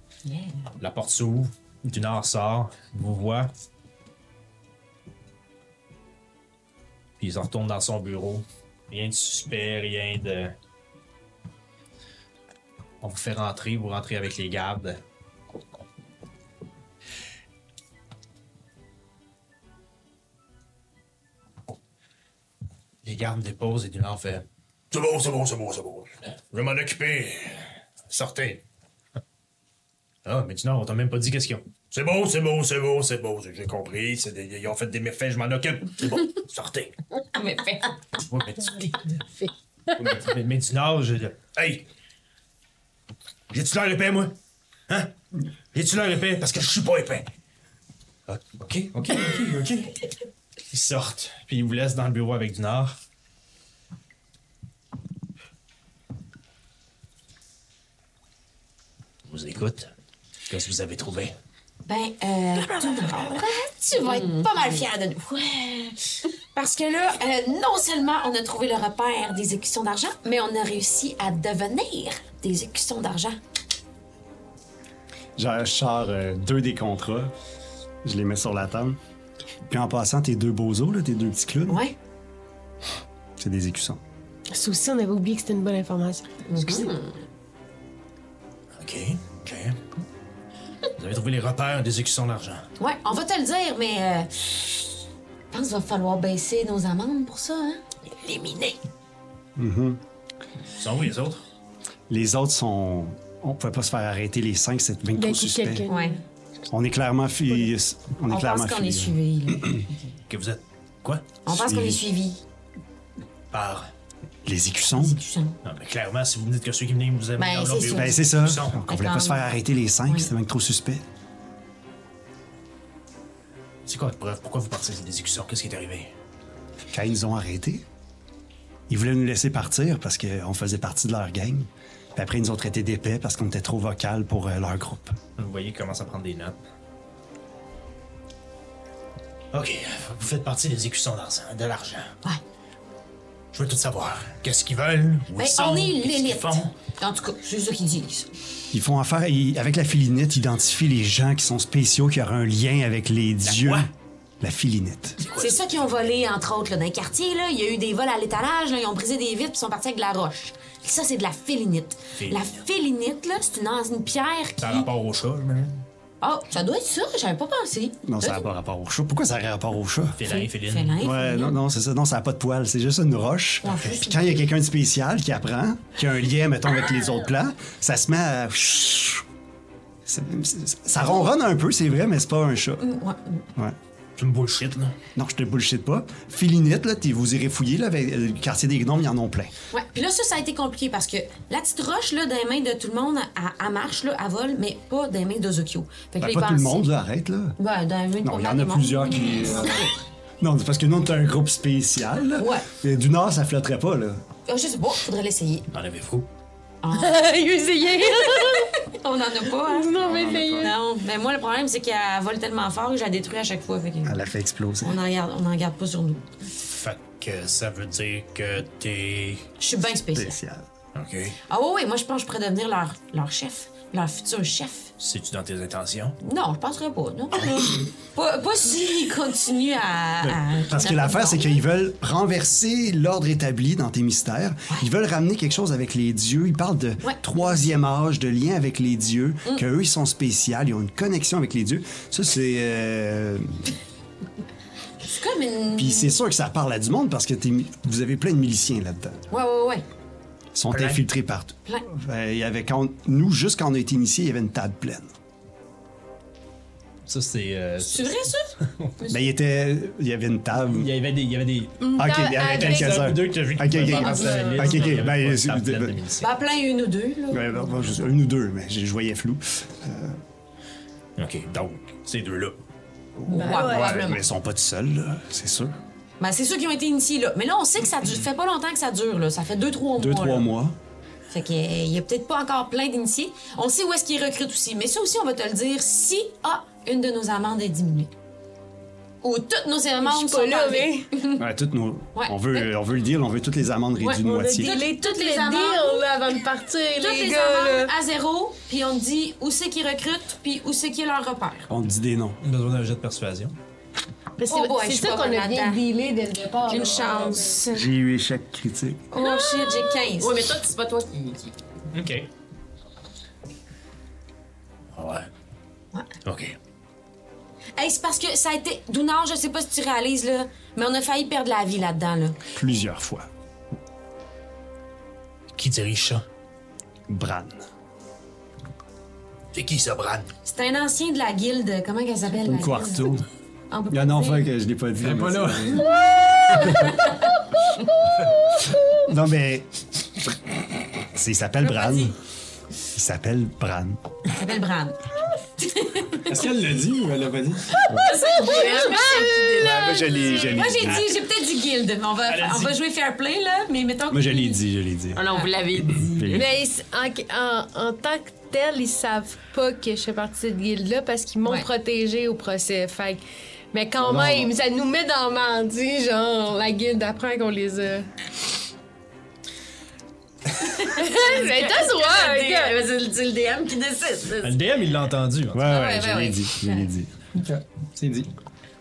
La porte s'ouvre, du Nord sort, vous voit, Puis il en retourne dans son bureau. Rien de suspect, rien de. On vous fait rentrer, vous rentrez avec les gardes. Les gardes déposent et Dunard fait C'est bon, c'est bon, c'est bon, c'est bon. Je vais m'en occuper. Sortez. Ah, mais Dunard, on t'a même pas dit qu'est-ce qu'ils ont. C'est bon, c'est bon, c'est bon, c'est bon. J'ai compris. c'est des- Ils ont fait des méfaits, je m'en occupe. C'est bon, sortez. Ah, Mais fait. Ouais, mais tu- Ouais, mais, mais du Nord, je. Hey! J'ai-tu l'air épais, moi? Hein? J'ai-tu l'air épais? Parce que je suis pas épais. Ok, ok, ok, ok. Ils sortent, puis ils vous laissent dans le bureau avec du Nord. Je vous écoute. Qu'est-ce que vous avez trouvé? Ben, euh, tu vas être pas mal fier de nous. Ouais. Parce que là, euh, non seulement on a trouvé le repère des écussons d'argent, mais on a réussi à devenir des écussons d'argent. Je sors euh, deux des contrats, je les mets sur la table. Puis en passant, tes deux bozos, là, tes deux petits clowns, Ouais. c'est des écussons. Ça aussi, on avait oublié que c'était une bonne information. Excusez. Ok, ok. Vous avez trouvé les repères des écussons d'argent. Ouais, on va te le dire, mais euh, je pense qu'il va falloir baisser nos amendes pour ça, hein? Éliminer. Ils sont où, les autres? Les autres sont. On pouvait pas se faire arrêter les cinq, c'est bien Il y a trop qui suspect. quelqu'un? Ouais. On est clairement fi... On est On clairement pense qu'on est filés. suivi. là. Que vous êtes. Quoi? On pense qu'on est suivi. Par. Les écussons. C'est touchant. Non, mais clairement, si vous me dites que ceux qui venaient vous avaient dans Ben, leur c'est bureau, sûr. Ben, c'est ça. Écussons. On voulait pas se faire arrêter les cinq, c'était bien trop suspect. C'est quoi votre preuve? Pourquoi vous partez des écussons? Qu'est-ce qui est arrivé? Quand ils nous ont arrêtés, ils voulaient nous laisser partir parce qu'on faisait partie de leur gang. Puis après, ils nous ont traités d'épais parce qu'on était trop vocal pour euh, leur groupe. Vous voyez, il commence à prendre des notes. Ok, vous faites partie des écussons d'argent- de l'argent. Ouais. Je veux tout savoir. Qu'est-ce qu'ils veulent? Où Ben, ils sont? on est qu'est-ce qu'ils l'élite. font? En tout cas, c'est ça qu'ils disent. Ils font affaire, ils- avec la filinite, identifient les gens qui sont spéciaux, qui auraient un lien avec les dieux. quoi? La filinite. C'est ça qu'ils ont volé, entre autres, là, dans les quartiers. Là. Il y a eu des vols à l'étalage, là. ils ont brisé des vitres puis sont partis avec de la roche. Ça, c'est de la félinite. Félinite. La félinite, là, c'est une, an- une pierre qui. Ça a rapport au chat, j'imagine? Ah, ça doit être ça, j'avais pas pensé. Euh, Non, ça n'a pas rapport au chat. Pourquoi ça a rapport au chat? Félin, Féline. Félin, Ouais, félin. non, non, c'est ça. Non, ça n'a pas de poils. C'est juste une roche. Ouais, c'est Puis quand il y a quelqu'un de spécial qui apprend, qui a un lien, mettons, avec les autres plans, ça se met à. C'est- c'est- Ça ronronne un peu, c'est vrai, mais c'est pas un chat. Ouais. Ouais. Tu me bullshit, là. Non, je te bullshit pas. Filinite, là, t'es- vous irez fouiller, là, avec le quartier des gnomes, ils en ont plein. Ouais. Puis là, ça, ça a été compliqué parce que la petite roche, là, dans les mains de tout le monde, elle, elle marche, là, elle vole, mais pas dans les mains d'Ozokyo. Fait Ben, que là, il pas tout le pense- monde, là, arrête, là. Ouais, dans les mains de Non, il y pas en mal a de plusieurs monde. qui. euh, Non, c'est parce que nous, on est un groupe spécial, là. Ouais. Et du Nord, ça flotterait pas, là. Ah, je sais pas, faudrait l'essayer. T'en avais fou. Essayez! On en a pas, hein? non, mais essayez! Non, mais moi, le problème, c'est qu'elle vole tellement fort que je la détruis à chaque fois. Fait que Elle Ah, la fait exploser. on en garde, on en garde pas sur nous. Fait que ça veut dire que t'es. Je suis bien spéciale. Spécial. Ok. Ah ouais, ouais, moi, je pense que je pourrais devenir leur, leur chef, leur futur chef. C'est-tu dans tes intentions? Non, je penserais pas, non. pas, pas s'ils continuent à, à- Parce que l'affaire, c'est qu'ils veulent renverser l'ordre établi dans tes mystères. Ils veulent ramener quelque chose avec les dieux. Ils parlent de Ouais. Mm. troisième âge, de lien avec les dieux, que qu'eux, ils sont spéciaux, ils ont une connexion avec les dieux. Ça, c'est... euh, C'est comme une. Puis c'est sûr que ça parle à du monde parce que t'es- vous avez plein de miliciens là-dedans. Ouais, ouais, ouais. Ils sont Plein. infiltrés partout. Plein. Euh, il y avait quand... Nous, juste quand on a été initiés, il y avait une table pleine. Ça, c'est. euh, C'est vrai, ça? Ben, il, était... il y avait une table... Ah, Il y avait des. Il y avait des... Ok, il y avait avec- Un quelques-uns. ou deux que t'as vu qui Ok, pouvaient ok. pas passer la liste, Ok, ok. mais il y avait Ben, pas de c'est- table pleine de ben, miliciens. Ben, plein une ou deux, là. Ouais, ben, bon, je- une ou deux, mais je je voyais flou. Ok, donc, ces deux-là. Ouais, Ouais, probablement. mais ils sont pas tout seuls, là, c'est sûr. Ben, c'est ceux qui ont été initiés, là. Mais là, on sait que ça dure- fait pas longtemps que ça dure, là. Ça fait deux, trois mois. Deux, trois là. mois. Fait qu'il y a peut-être pas encore plein d'initiés. On sait où est-ce qu'ils recrutent aussi. Mais ça aussi, on va te le dire si, ah, une de nos amendes est diminuée. Ou toutes nos amendes sont pas là, enlevées. mais. Ouais, toutes nos... Hum. Ouais. on, veut, on veut le deal, on veut toutes les amendes réduites Ouais, de on a moitié. dit- Délai toutes toutes les les deals amendes. là, avant de partir, Toutes les, les gars, amendes là. à zéro, puis on te dit où c'est qu'ils recrutent, puis où c'est qu'il leur repère. On dit des noms. Besoin d'un jet de persuasion. Parce que Oh boy, c'est je suis ça pas qu'on a bonne bien là-dedans. dealé dès le départ. Une là. chance. J'ai eu échec critique. Oh shit, j'ai 15. Ouais, mais toi, c'est pas toi qui. qui- Ok. Ouais. Ok. Hey, c'est parce que ça a été. Dounard, je sais pas si tu réalises, là, mais on a failli perdre la vie là-dedans, là. Plusieurs fois. Qui dirige ça? Bran. C'est qui ça, Bran? C'est un ancien de la guilde. Comment qu'elle s'appelle? la guilde? Quarto. On peut Il y en a enfin que je l'ai pas dit. Elle est mais pas là. c'est- Non, mais... C'est- Il s'appelle Bran. Il s'appelle Bran. Il s'appelle Bran. Est-ce qu'elle l'a dit euh, ou elle l'a pas dit? moi, je l'ai je l'ai Ah, Moi, j'ai dit, j'ai peut-être dit guilde, mais on va, Elle a on dit- va jouer fair play, là, mais mettons Moi, je qu'il- l'ai dit, je l'ai dit. Ah non, vous l'avez dit. Mais ils s- en, en- en tant que tel, ils savent pas que je fais partie de cette guilde-là parce qu'ils m'ont Ouais. protégée au procès. Fait que- Mais quand Ah Non, même, non. ça nous met dans le mardi, genre, la guilde apprend qu'on les a. Mais t'as C'est soin! le- c'est le DM qui décide. Le DM, il l'a entendu. Ouais, Ah ouais, ouais, je ouais, l'ai ouais. dit, je l'ai dit. Ok, c'est dit.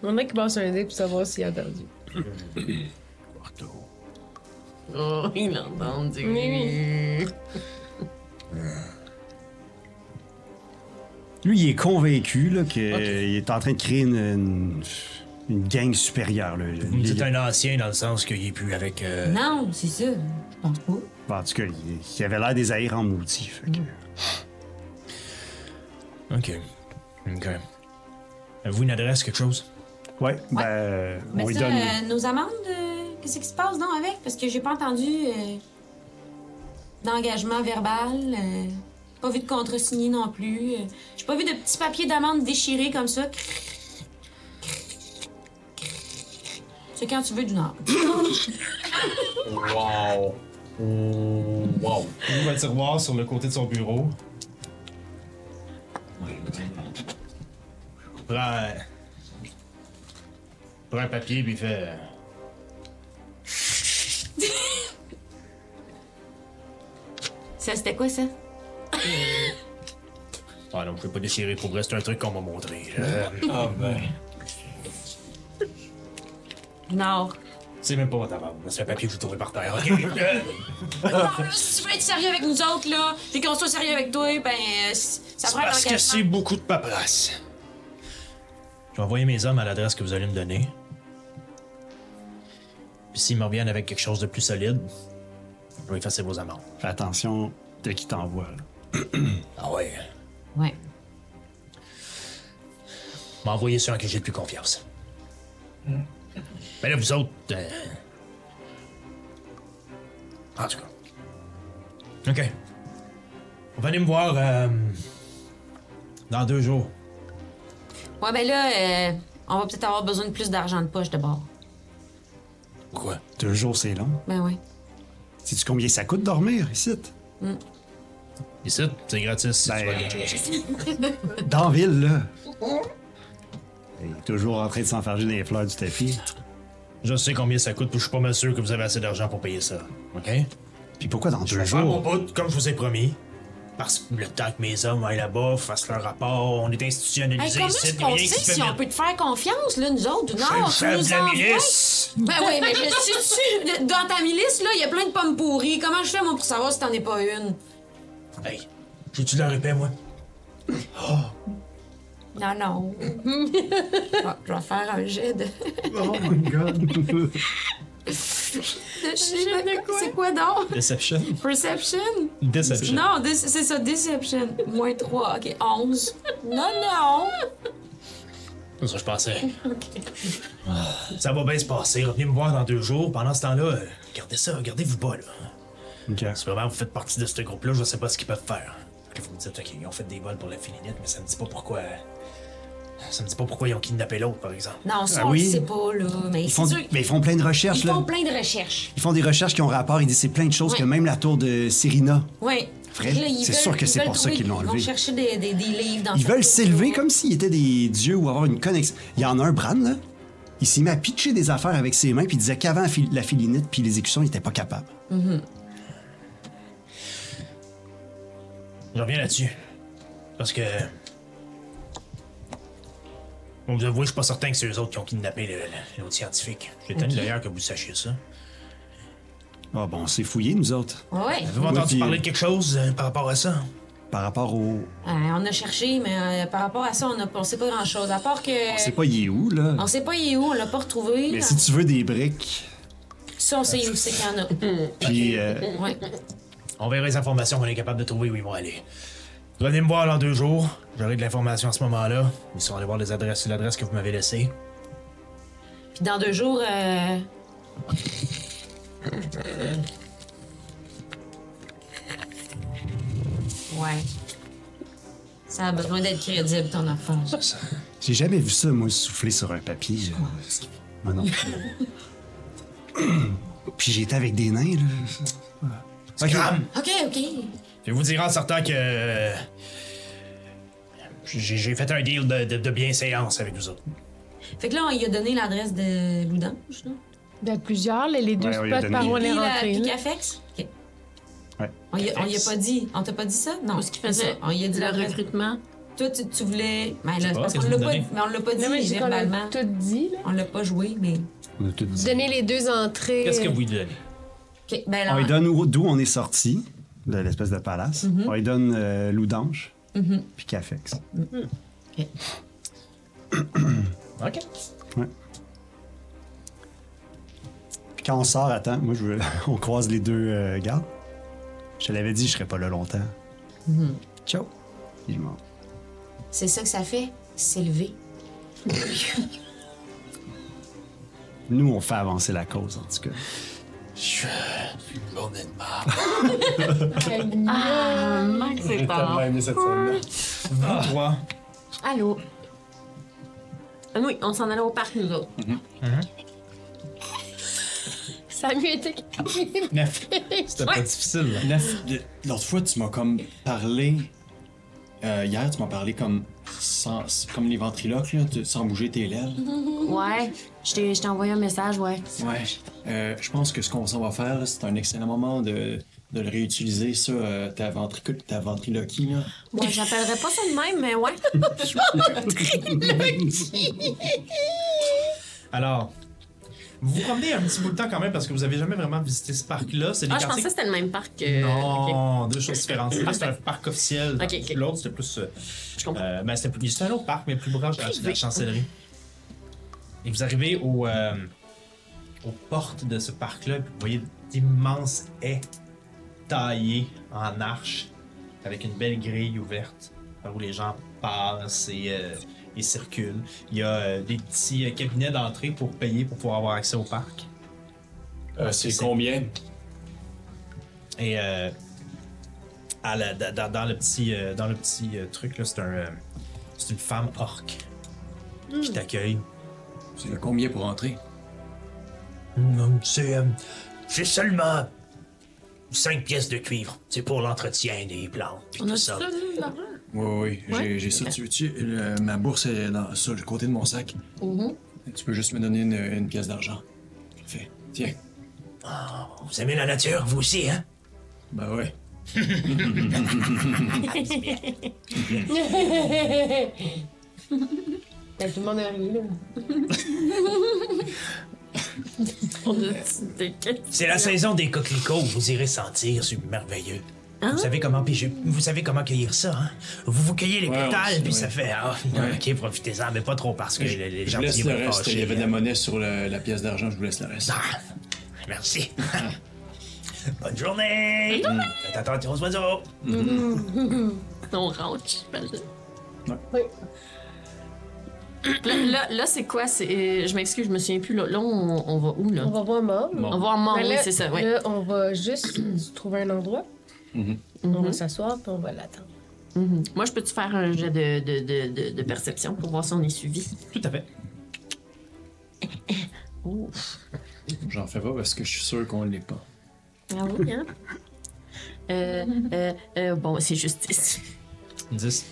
On a qui passe un dé pour savoir s'il a perdu. Oh, il l'a entendu. Lui, il est convaincu là, qu'il est en train de créer une, une, une gang supérieure. Là. Vous me dites Il- un ancien dans le sens qu'il est plus avec. euh, Non, c'est ça. Je pense pas. En tout cas, il, il avait l'air des haïrs en maudit. fait que- Ok. Ok. Avez-vous une adresse, quelque chose? Ouais, ben, euh, Mais on lui ça, donne. euh, nos amendes, euh, qu'est-ce qui se passe, non, avec? Parce que j'ai pas entendu euh, d'engagement verbal. euh, pas vu de contresigné non plus. euh, j'ai pas vu de petits papiers d'amende déchirés comme ça. C'est quand tu veux du Nord. Wow. Wow. Il ouvre le tiroir sur le côté de son bureau. Prends un, prend un papier puis il fait. euh, Ça, c'était quoi, ça? Ah non, je vais pas déchirer pour vrai, c'est un truc qu'on m'a montré. Euh, Ah ben. Nord. C'est même pas votre avare. C'est le papier que vous trouvez par terre. ok? Non, si tu veux être sérieux avec nous autres, là, puis qu'on soit sérieux avec toi, ben, euh, ça C'est prend un parce que c'est engagement. beaucoup de paperasse. Je vais envoyer mes hommes à l'adresse que vous allez me donner. Puis s'ils me reviennent avec quelque chose de plus solide, je vais effacer vos amendes. Fais attention de qui t'envoie. là. Ah ouais. Ouais. M'envoyez ceux en qui j'ai le plus confiance. Mais là, vous autres. euh, En tout cas. OK. Venez me voir euh, dans deux jours. Ouais, ben là, euh, on va peut-être avoir besoin de plus d'argent de poche de bord. Pourquoi? Deux jours, c'est long. Ben oui. Sais-tu combien ça coûte dormir ici? Ici, c'est gratis. Ben, Tu vas aller checker. Dans ville, là. Il est toujours en train de s'enfarger dans les fleurs du tapis. Je sais combien ça coûte, puis je suis pas mal sûr que vous avez assez d'argent pour payer ça. OK? Puis pourquoi dans Je deux vais faire mon jours? bout, comme je vous ai promis. Parce que le temps que mes hommes aillent là-bas, fassent leur rapport, on est Hey, institutionnalisés comment ici, est-ce puis rien qu'on qui sait se si on permet. peut te faire confiance, là, nous autres, ou non? Je suis le chef tu nous de la envoies? milice! Ben oui, mais je suis tu dans ta milice, là, il y a plein de pommes pourries. Comment je fais, moi, pour savoir si t'en es pas une? Hey, j'ai-tu leur épée, moi? Non, non. Ah, je vais faire un jet de. Oh my god! C'est quoi donc? Deception? Perception? Deception. Non, dé- c'est ça, Deception. Moins 3, ok, 11. Non, non! C'est ça que je pensais. Ça va bien se passer. Revenez me voir dans deux jours. Pendant ce temps-là, euh, regardez ça, regardez-vous bas, là. Ok. Si vraiment vous faites partie de ce groupe-là, je sais pas ce qu'ils peuvent faire. Fait que vous me dites, ok, ils ont fait des vols pour la filinette, mais ça me dit pas pourquoi. Ça me dit pas pourquoi ils ont kidnappé l'autre, par exemple. Non, ça, Ah on oui. le sait pas, là. Mais Ils font, c'est sûr. mais ils font plein de recherches, Ils là. font plein de recherches. Ils font des recherches qui ont rapport. Ils disent c'est plein de choses Ouais. que même la tour de Serena. Oui. Fred, c'est sûr que c'est pour ça qu'ils l'ont Ils enlevé. vont chercher des, des- des livres dans Ils sa veulent tour. s'élever comme s'ils étaient des dieux ou avoir une connexion. Il y en a un, Bran, là. Il s'est mis à pitcher des affaires avec ses mains, puis il disait qu'avant la fil- la filinite, puis l'exécution, il était pas capable. Je reviens là-dessus. Parce que. Bon, vous avouez, je suis pas certain que c'est eux autres qui ont kidnappé le- le- l'autre scientifique. J'ai tenu d'ailleurs que vous sachiez ça. Ah bon, c'est fouillé, nous autres. Ouais. Avez-vous Ouais, entendu puis- parler de quelque chose euh, par rapport à ça? Par rapport au. Euh, on a cherché, mais euh, par rapport à ça, on ne pensait pas grand-chose. À part que. On sait pas, il est où, là. On sait pas il est où, on l'a pas retrouvé. Mais si tu veux des briques, Ça, on sait où c'est qu'il y en a. puis. euh, Ouais. On verra les informations qu'on est capable de trouver où ils vont aller. Venez me voir dans deux jours. J'aurai de l'information à ce moment-là. Ils sont allés voir les adresses, l'adresse que vous m'avez laissée. Puis dans deux jours, euh, ouais. Ça a besoin d'être crédible ton affaire. J'ai jamais vu ça, moi, souffler sur un papier. je- Moi non plus. Puis j'étais avec des nains, là. Ok. Scram! Ok, ok. Je vous dire en sortant que. euh, J'ai j'ai fait un deal de, de, de bienséance avec vous autres. Fait que là, on lui a donné l'adresse de Loudange, là. Il y en a plusieurs, là, les deux Ouais, on lui a spots donné- par où on Puis est la rentré. puis là. Cafex. Ok. Ouais. On y a, on y a pas dit. On t'a pas dit ça? Non, Est-ce qu'il faisait ça, On y a dit le l'adresse. recrutement? Toi, tu, tu voulais. sais Mais pas, là, c'est parce qu'est-ce qu'on l'a que vous pas, me mais on l'a pas dit Non, mais c'est qu'on a verbalement. tout dit, là. On l'a pas joué, mais. On a tout dit. Donner les deux entrées. lui donnez? Ok, ben On alors, lui donne où- d'où on est sorti, de l'espèce de palace. On Mm-hmm. lui donne euh, Loudange, puis Cafex. Ok. Puis quand on sort, attends, moi, je veux, on croise les deux euh, gardes. Je te l'avais dit, je serais pas là longtemps. Mm-hmm. Ciao. Puis je m'en- c'est ça que ça fait, s'élever. Nous, on fait avancer la cause, en tout cas. Ah, Max, c'est tellement pas. aimé cette scène-là. Trois. Allô? Ah oui, on s'en allait au parc, nous autres. Samuel était Neuf. C'était pas difficile, là. Neuf, de- l'autre fois, tu m'as comme parlé. euh, hier, tu m'as parlé comme sans, comme les ventriloques, là, tu- sans bouger tes lèvres. Ouais, je t'ai je t'ai envoyé un message, ouais. Ouais. Euh, je pense que ce qu'on s'en va faire, là, c'est un excellent moment de, de le réutiliser, ça, euh, ta, ventricule, ta ventriloquie. Là. Ouais, j'appellerais pas ça de même, mais ouais. Alors, Vous vous promenez un petit bout de temps quand même parce que vous avez jamais vraiment visité ce parc-là. C'est des Ah, je pensais quartiers. que c'était le même parc que. ok. Ah, Non, deux choses différentes. Là, c'est un parc officiel. Ok, ok. L'autre, c'était plus. euh, Je comprends. euh, ben, c'était plus- c'était un autre parc, mais plus proche de la- de la chancellerie. Et vous arrivez au, euh, aux portes de ce parc-là, et puis vous voyez d'immenses haies taillées en arche, avec une belle grille ouverte, par où les gens passent et, euh, et circulent. Il y a euh, des petits euh, cabinets d'entrée pour payer pour pouvoir avoir accès au parc. Euh, c'est combien? Et euh, à la- da- da- dans le petit, euh, dans le petit euh, truc, là, c'est un, euh, c'est une femme orque qui Hmm. t'accueille. C'est le combien pour entrer? Hum, C'est euh, c'est seulement 5 pièces de cuivre. C'est pour l'entretien des plantes. puis On tout a ça. ça, de l'argent. Oui, oui, j'ai- j'ai ça. Tu- tu- le- ma bourse est dans, sur le côté de mon sac. Mhm. Tu peux juste me donner une, une pièce d'argent. Parfait. Tiens. Vous aimez la nature, vous aussi, hein? Ben ouais. Ben, tout le monde a ri, là. Hein? On a des quêtes. C'est la saison des coquelicots. Vous irez sentir, c'est merveilleux. Hein? Vous savez comment piger- vous savez comment cueillir ça, hein? Vous vous cueillez les Ouais, on sait, pétales, puis ouais. ça fait ah, Ouais. ok, profitez-en, mais pas trop parce que les, les je gens laisse qui le vont reste. fâcher, Il y avait de hein. la monnaie sur le- la pièce d'argent. Je vous laisse le reste. Ah, merci. Bonne journée. Faites attention aux oiseaux. On rentre, j'imagine. Oui. Là, là, là, c'est quoi? C'est, euh, je m'excuse, je me souviens plus. Là, là, on, on va où, là? On va voir mort. On va en Mont, Ben oui, là, c'est ça, oui. Là, on va juste trouver un endroit. On va s'asseoir, puis on va l'attendre. Mhm. Moi, je peux-tu faire un jet de, de, de, de, de perception pour voir si on est suivi? Tout à fait. Oh. J'en fais pas parce que je suis sûr qu'on l'est pas. Ah oui, hein? Euh, euh, euh, bon, c'est justice. 10.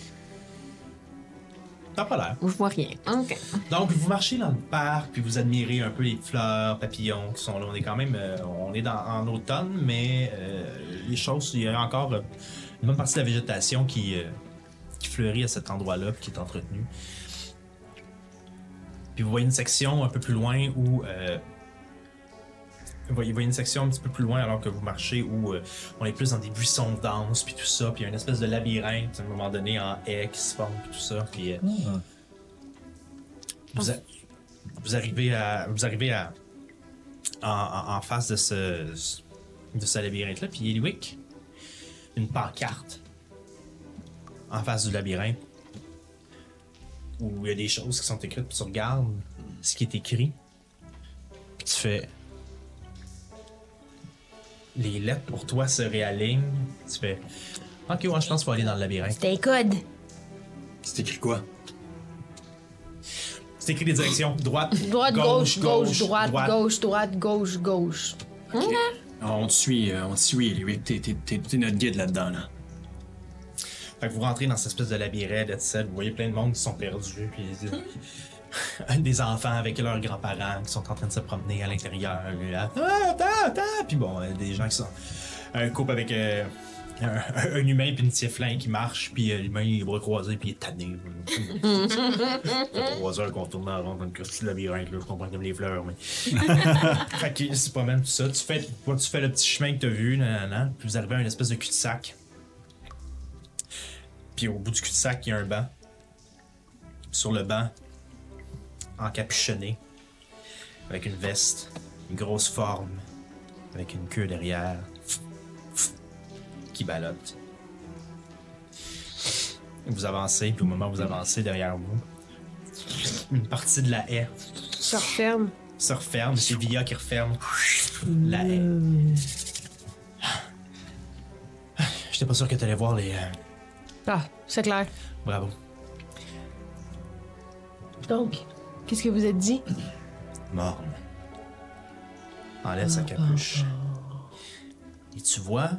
T'as pas l'air. Je vois rien. OK. Donc, vous marchez dans le parc, puis vous admirez un peu les fleurs, papillons qui sont là. On est quand même, euh, on est dans, en automne, mais euh, les choses, il y a encore euh, une bonne partie de la végétation qui, euh, qui fleurit à cet endroit-là, puis qui est entretenue. Puis vous voyez une section un peu plus loin où. euh, vous voyez vous voyez une section un petit peu plus loin alors que vous marchez où euh, on est plus dans des buissons denses, puis tout ça, puis il y a une espèce de labyrinthe à un moment donné en haie qui se forme, puis tout ça. Puis, euh, vous, a- vous arrivez à vous arrivez à en, en- en face de ce de ce labyrinthe là puis Eliwick une pancarte en face du labyrinthe où il y a des choses qui sont écrites puis tu regardes ce qui est écrit puis tu fais les lettres pour toi se réalignent tu fais ok ouais je pense qu'il faut aller dans le labyrinthe C'était code. C'est écrit quoi? c'est écrit des directions droite Droite, gauche, gauche, droite, gauche, droite, gauche, gauche. Ok. Ah, on te suit, euh, on te suit, lui. T'es t'es- t'es- t'es notre guide là-dedans, là. Fait que vous rentrez dans cette espèce de labyrinthe, etc. Vous voyez plein de monde qui sont perdus, puis des- des enfants avec leurs grands-parents qui sont en train de se promener à l'intérieur. et là, Ah, attends, attends! Puis bon, euh, des gens qui sont. Un couple avec euh, un, un humain puis une tieflin qui marche, puis euh, l'humain il est bras croisés, puis il est tanné. Ça fait trois heures qu'on tourne en rond dans le cursus du labyrinthe, là, je comprends comme les fleurs, mais. fait que c'est pas même tout ça. Tu fais, toi, tu fais le petit chemin que t'as vu, nanana, puis vous arrivez à une espèce de cul-de-sac. Puis au bout du cul-de-sac, il y a un banc. Sur le banc, encapuchonné, avec une veste, une grosse forme, avec une queue derrière, qui balotte. Vous avancez, puis au moment où vous avancez derrière vous, une partie de la haie Je referme. se referme, c'est Villa qui referme la haie. J'étais pas sûr que t'allais voir les. euh, Ah, c'est clair. Bravo. Donc, qu'est-ce que vous êtes dit? morne. Enlève sa capuche. Et tu vois,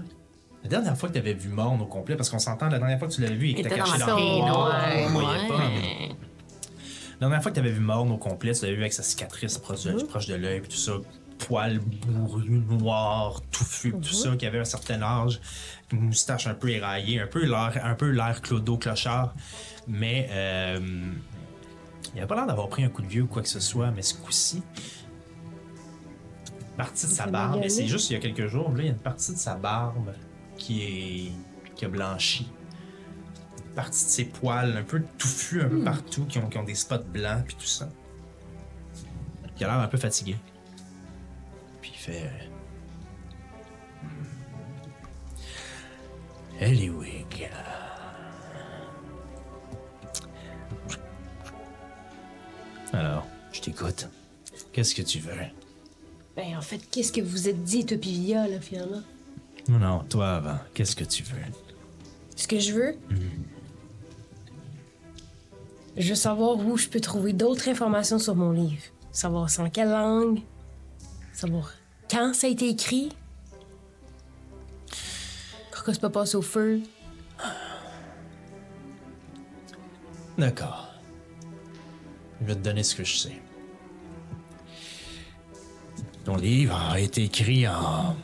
la dernière fois que tu avais vu morne au complet, parce qu'on s'entend, la dernière fois que tu l'avais vu et que Il t'as était caché dans dans la le salle. noir, Ouais, on voyait ouais. pas. mais- La dernière fois que tu avais vu morne au complet, tu l'avais vu avec sa cicatrice proche de, proche de l'œil, puis tout ça, poil bourru, noir, touffu, puis tout ça, qui avait un certain âge, une moustache un peu éraillée, un peu l'air, un peu l'air Clodo Clochard, mais euh, il avait pas l'air d'avoir pris un coup de vieux ou quoi que ce soit, mais ce coup-ci, partie de sa fait barbe, maganer. et c'est juste il y a quelques jours, là, il y a une partie de sa barbe qui est qui a blanchi. Une partie de ses poils un peu touffus un peu partout, qui ont, qui ont des spots blancs, puis tout ça. Il a l'air un peu fatigué. Puis il fait... euh, Eliwick. Alors, je t'écoute. Qu'est-ce que tu veux? Ben, en fait, qu'est-ce que vous êtes dit, toi, pis Via, là, finalement? Non, non, toi avant. Qu'est-ce que tu veux? Ce que je veux. Mhm. Je veux savoir où je peux trouver d'autres informations sur mon livre. Savoir c'est en quelle langue. Savoir quand ça a été écrit. Pourquoi c'est pas passé au feu. D'accord. Je vais te donner ce que je sais. Ton livre a été écrit en.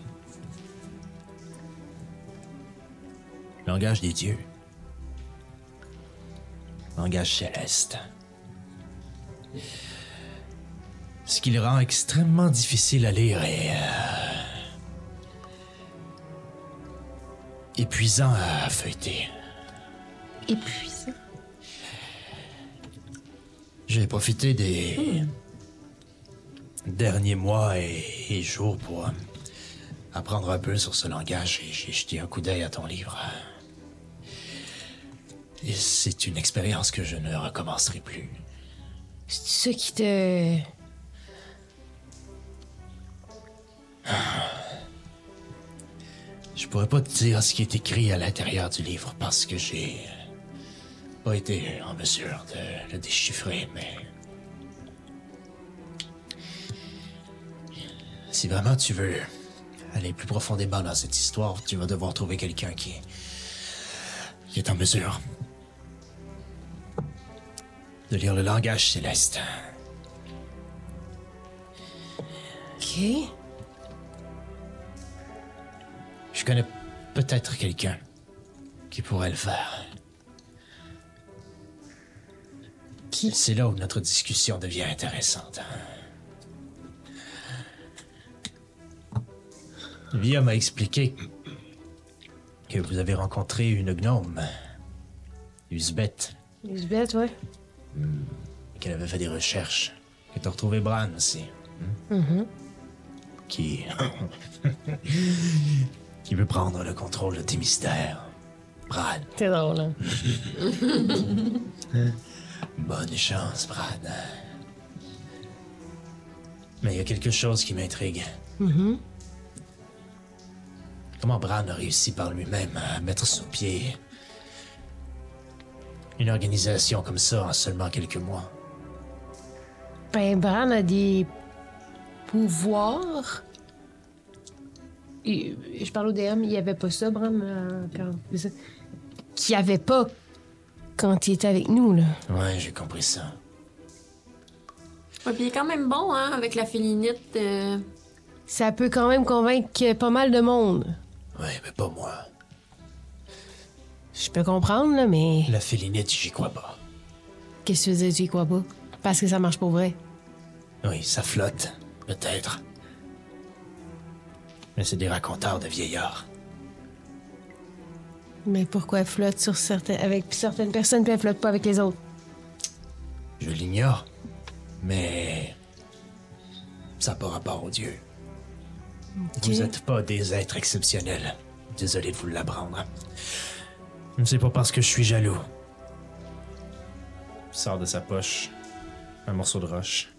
Langage des dieux. Langage céleste. Ce qui le rend extrêmement difficile à lire et. euh, épuisant à feuilleter. Épuisant. J'ai profité des derniers mois et, et jours pour euh, apprendre un peu sur ce langage et j'ai jeté un coup d'œil à ton livre. Et c'est une expérience que je ne recommencerai plus. C'est ça qui te. Je pourrais pas te dire ce qui est écrit à l'intérieur du livre parce que j'ai euh, pas été en mesure de le déchiffrer, mais. Si vraiment tu veux aller plus profondément dans cette histoire, tu vas devoir trouver quelqu'un qui. qui est en mesure. de lire le langage céleste. Ok. Je connais peut-être quelqu'un qui pourrait le faire. Qui? C'est là où notre discussion devient intéressante. hein. Via m'a expliqué que vous avez rencontré une gnome, Uzbeth, Lisbeth, ouais. qu'elle avait fait des recherches, que t'as retrouvé Bran aussi. hein? Qui. qui veut prendre le contrôle de tes mystères. Bran. T'es drôle, hein. Bonne chance, Brad. Mais il y a quelque chose qui m'intrigue. Comment Bran a réussi par lui-même à mettre sous pied une organisation comme ça en seulement quelques mois? Ben, Bran a des pouvoirs. Et- et je parle au DM, il n'y avait pas ça, Bran, euh, quand... qu'il n'y avait pas quand il était avec nous, là. Ouais, j'ai compris ça. Ouais, puis il est quand même bon, hein, avec la félinite. euh, Ça peut quand même convaincre pas mal de monde. Ouais, mais pas moi. Je peux comprendre, là, mais La félinite, j'y crois pas. qu'est-ce que tu veux dire, tu y crois pas? Parce que ça marche pour vrai. Oui, ça flotte, peut-être. Mais c'est des raconteurs de vieillards. Mais pourquoi elle flotte sur certains... avec certaines personnes, puis elle flotte pas avec les autres? Je l'ignore, mais ça n'a pas rapport aux dieux. Vous n'êtes pas des êtres exceptionnels. Désolé de vous l'apprendre. C'est pas parce que je suis jaloux. Sort de sa poche un morceau de roche.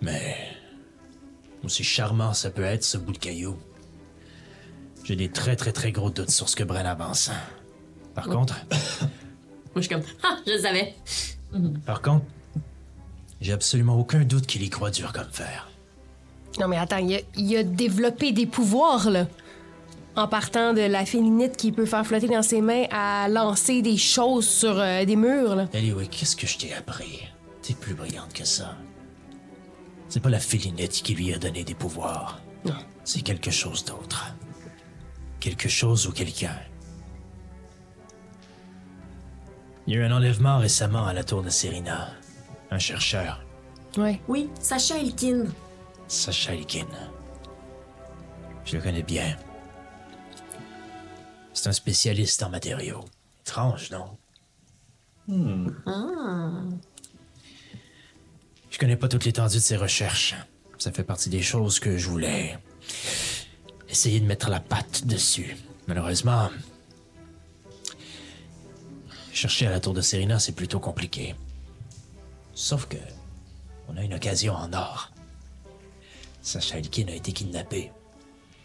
Mais aussi charmant ça peut être ce bout de caillou, j'ai des très très très gros doutes sur ce que Bren avance. Par contre, Moi, je suis comme, ah, je le savais. par contre, j'ai absolument aucun doute qu'il y croit dur comme fer. Non, mais attends, il a, il a développé des pouvoirs, là. En partant de la félinite qui peut faire flotter dans ses mains à lancer des choses sur euh, des murs, là. Anyway, qu'est-ce que je t'ai appris? T'es plus brillante que ça. C'est pas la félinette qui lui a donné des pouvoirs. Non. C'est quelque chose d'autre. Quelque chose ou quelqu'un. Il y a eu un enlèvement récemment à la tour de Serena. Un chercheur. Ouais. Oui, Sacha Elkin. Sacha Elkin. Je le connais bien. C'est un spécialiste en matériaux. Étrange, non? Ah. Je connais pas toute l'étendue de ses recherches. Ça fait partie des choses que je voulais essayer de mettre la patte dessus. Malheureusement, chercher à la tour de Serena, c'est plutôt compliqué. Sauf que, on a une occasion en or. Sacha Elkin a été kidnappé,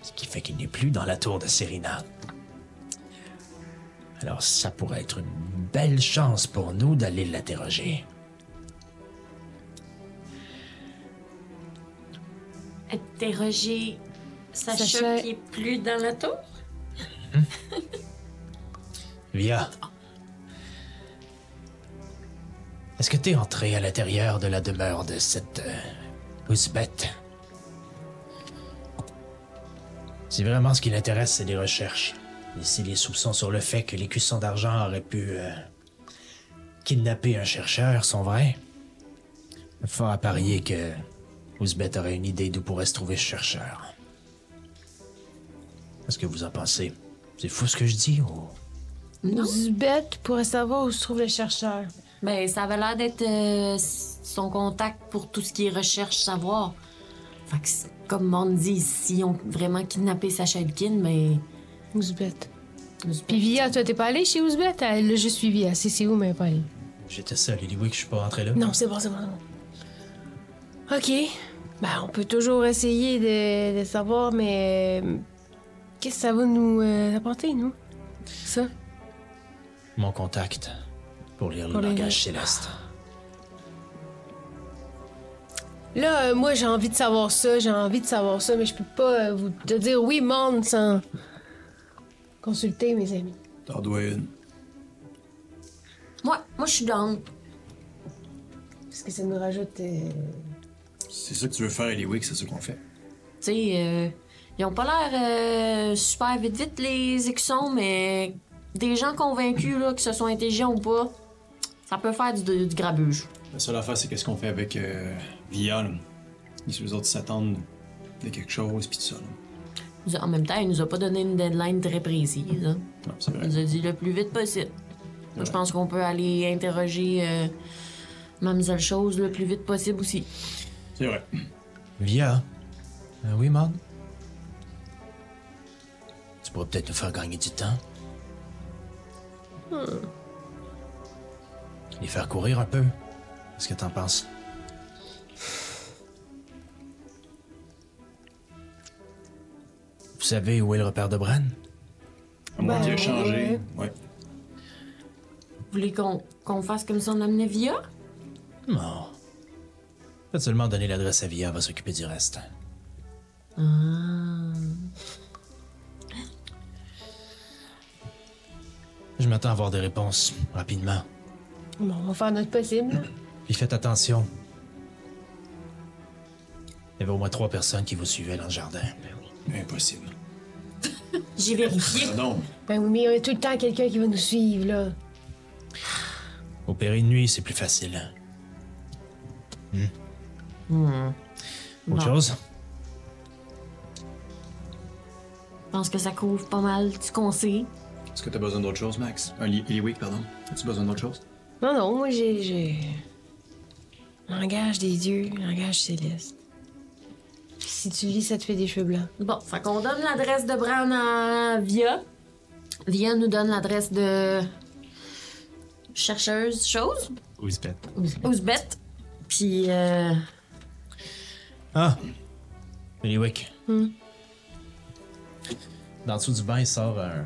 ce qui fait qu'il n'est plus dans la tour de Serena. Alors ça pourrait être une belle chance pour nous d'aller l'interroger. Interroger Sacha, Sacha- qui est plus dans la tour. Via. Est-ce que t'es entré à l'intérieur de la demeure de cette euh, ouzbette? Si vraiment ce qui l'intéresse, c'est les recherches. Et si les soupçons sur le fait que l'écusson d'argent aurait pu euh, kidnapper un chercheur sont vrais, fort à parier que Ouzbette aurait une idée d'où pourrait se trouver ce chercheur. Qu'est-ce que vous en pensez? C'est fou ce que je dis ou... Non. Zubette pourrait savoir où se trouve le chercheur. Ben, ça avait l'air d'être euh, son contact pour tout ce qui est recherche, savoir. Fait que, c'est- comme on dit, si on vraiment kidnappé Sacha Elkin, ben, mais. Ouzbette. Puis Via, toi, t'es pas allé chez Ouzbette? Elle l'a juste suivi. Elle sait c'est où, mais elle est pas allée. J'étais seul, Eliwick, je suis pas rentré là. Non, c'est bon, c'est bon, c'est bon. OK. Ben, on peut toujours essayer de, de savoir, mais euh, qu'est-ce que ça va nous euh, apporter, nous? Ça? mon contact pour lire Pour le les- langage céleste. Là, euh, moi, j'ai envie de savoir ça, j'ai envie de savoir ça, mais je peux pas euh, vous te dire oui, monde, sans consulter mes amis. T'en dois une. Moi, moi, je suis dans. Parce que ça nous rajoute... euh, C'est ça que tu veux faire, Eliwick, c'est ça qu'on fait. Tu sais, euh, ils ont pas l'air euh, super vite vite, les écussons, mais des gens convaincus, là, que ce soit intelligents ou pas, ça peut faire du, du grabuge. La seule affaire, c'est qu'est-ce qu'on fait avec euh, Viol. Les autres s'attendent de quelque chose, puis tout ça. là. Nous- En même temps, il nous a pas donné une deadline très précise. hein. Non, c'est Il vrai. nous a dit le plus vite possible. Moi, Ouais. je pense qu'on peut aller interroger euh, Mademoiselle Chose le plus vite possible aussi. C'est vrai. Via. Euh, oui, Maud? Tu pourrais peut-être nous faire gagner du temps. Hmm. Les faire courir un peu. Qu'est-ce que t'en penses? Vous savez où est le repère de Bran? À Ah, moins Ben, qu'il ait changé. euh, Ouais. Vous voulez qu'on qu'on fasse comme si on amenait Via? Non. Faites seulement donner l'adresse à Via, elle va s'occuper du reste. Ah. Je m'attends à avoir des réponses rapidement. Bon, on va faire notre possible. là. Puis faites attention. Il y avait au moins trois personnes qui vous suivaient dans le jardin. Impossible. J'ai vérifié. Ah non, Ben oui, mais il y a tout le temps quelqu'un qui va nous suivre, là. Opérer de nuit, c'est plus facile. hein. Hmm. Autre Bon. chose? Je pense que ça couvre pas mal du qu'on sait. est-ce que t'as besoin d'autre chose, Max? Un Eli- Eliwick, pardon. As-tu besoin d'autre chose? Non, non, moi, j'ai... j'ai... Langage des dieux, langage céleste. Si tu lis, ça te fait des cheveux blancs. Bon, fait qu'on donne l'adresse de Bran à Via. Via nous donne l'adresse de chercheuse chose, Ouzbette. Ouzbette. Puis euh, Ah! Eliwick. Dans le dessous du bain, il sort euh,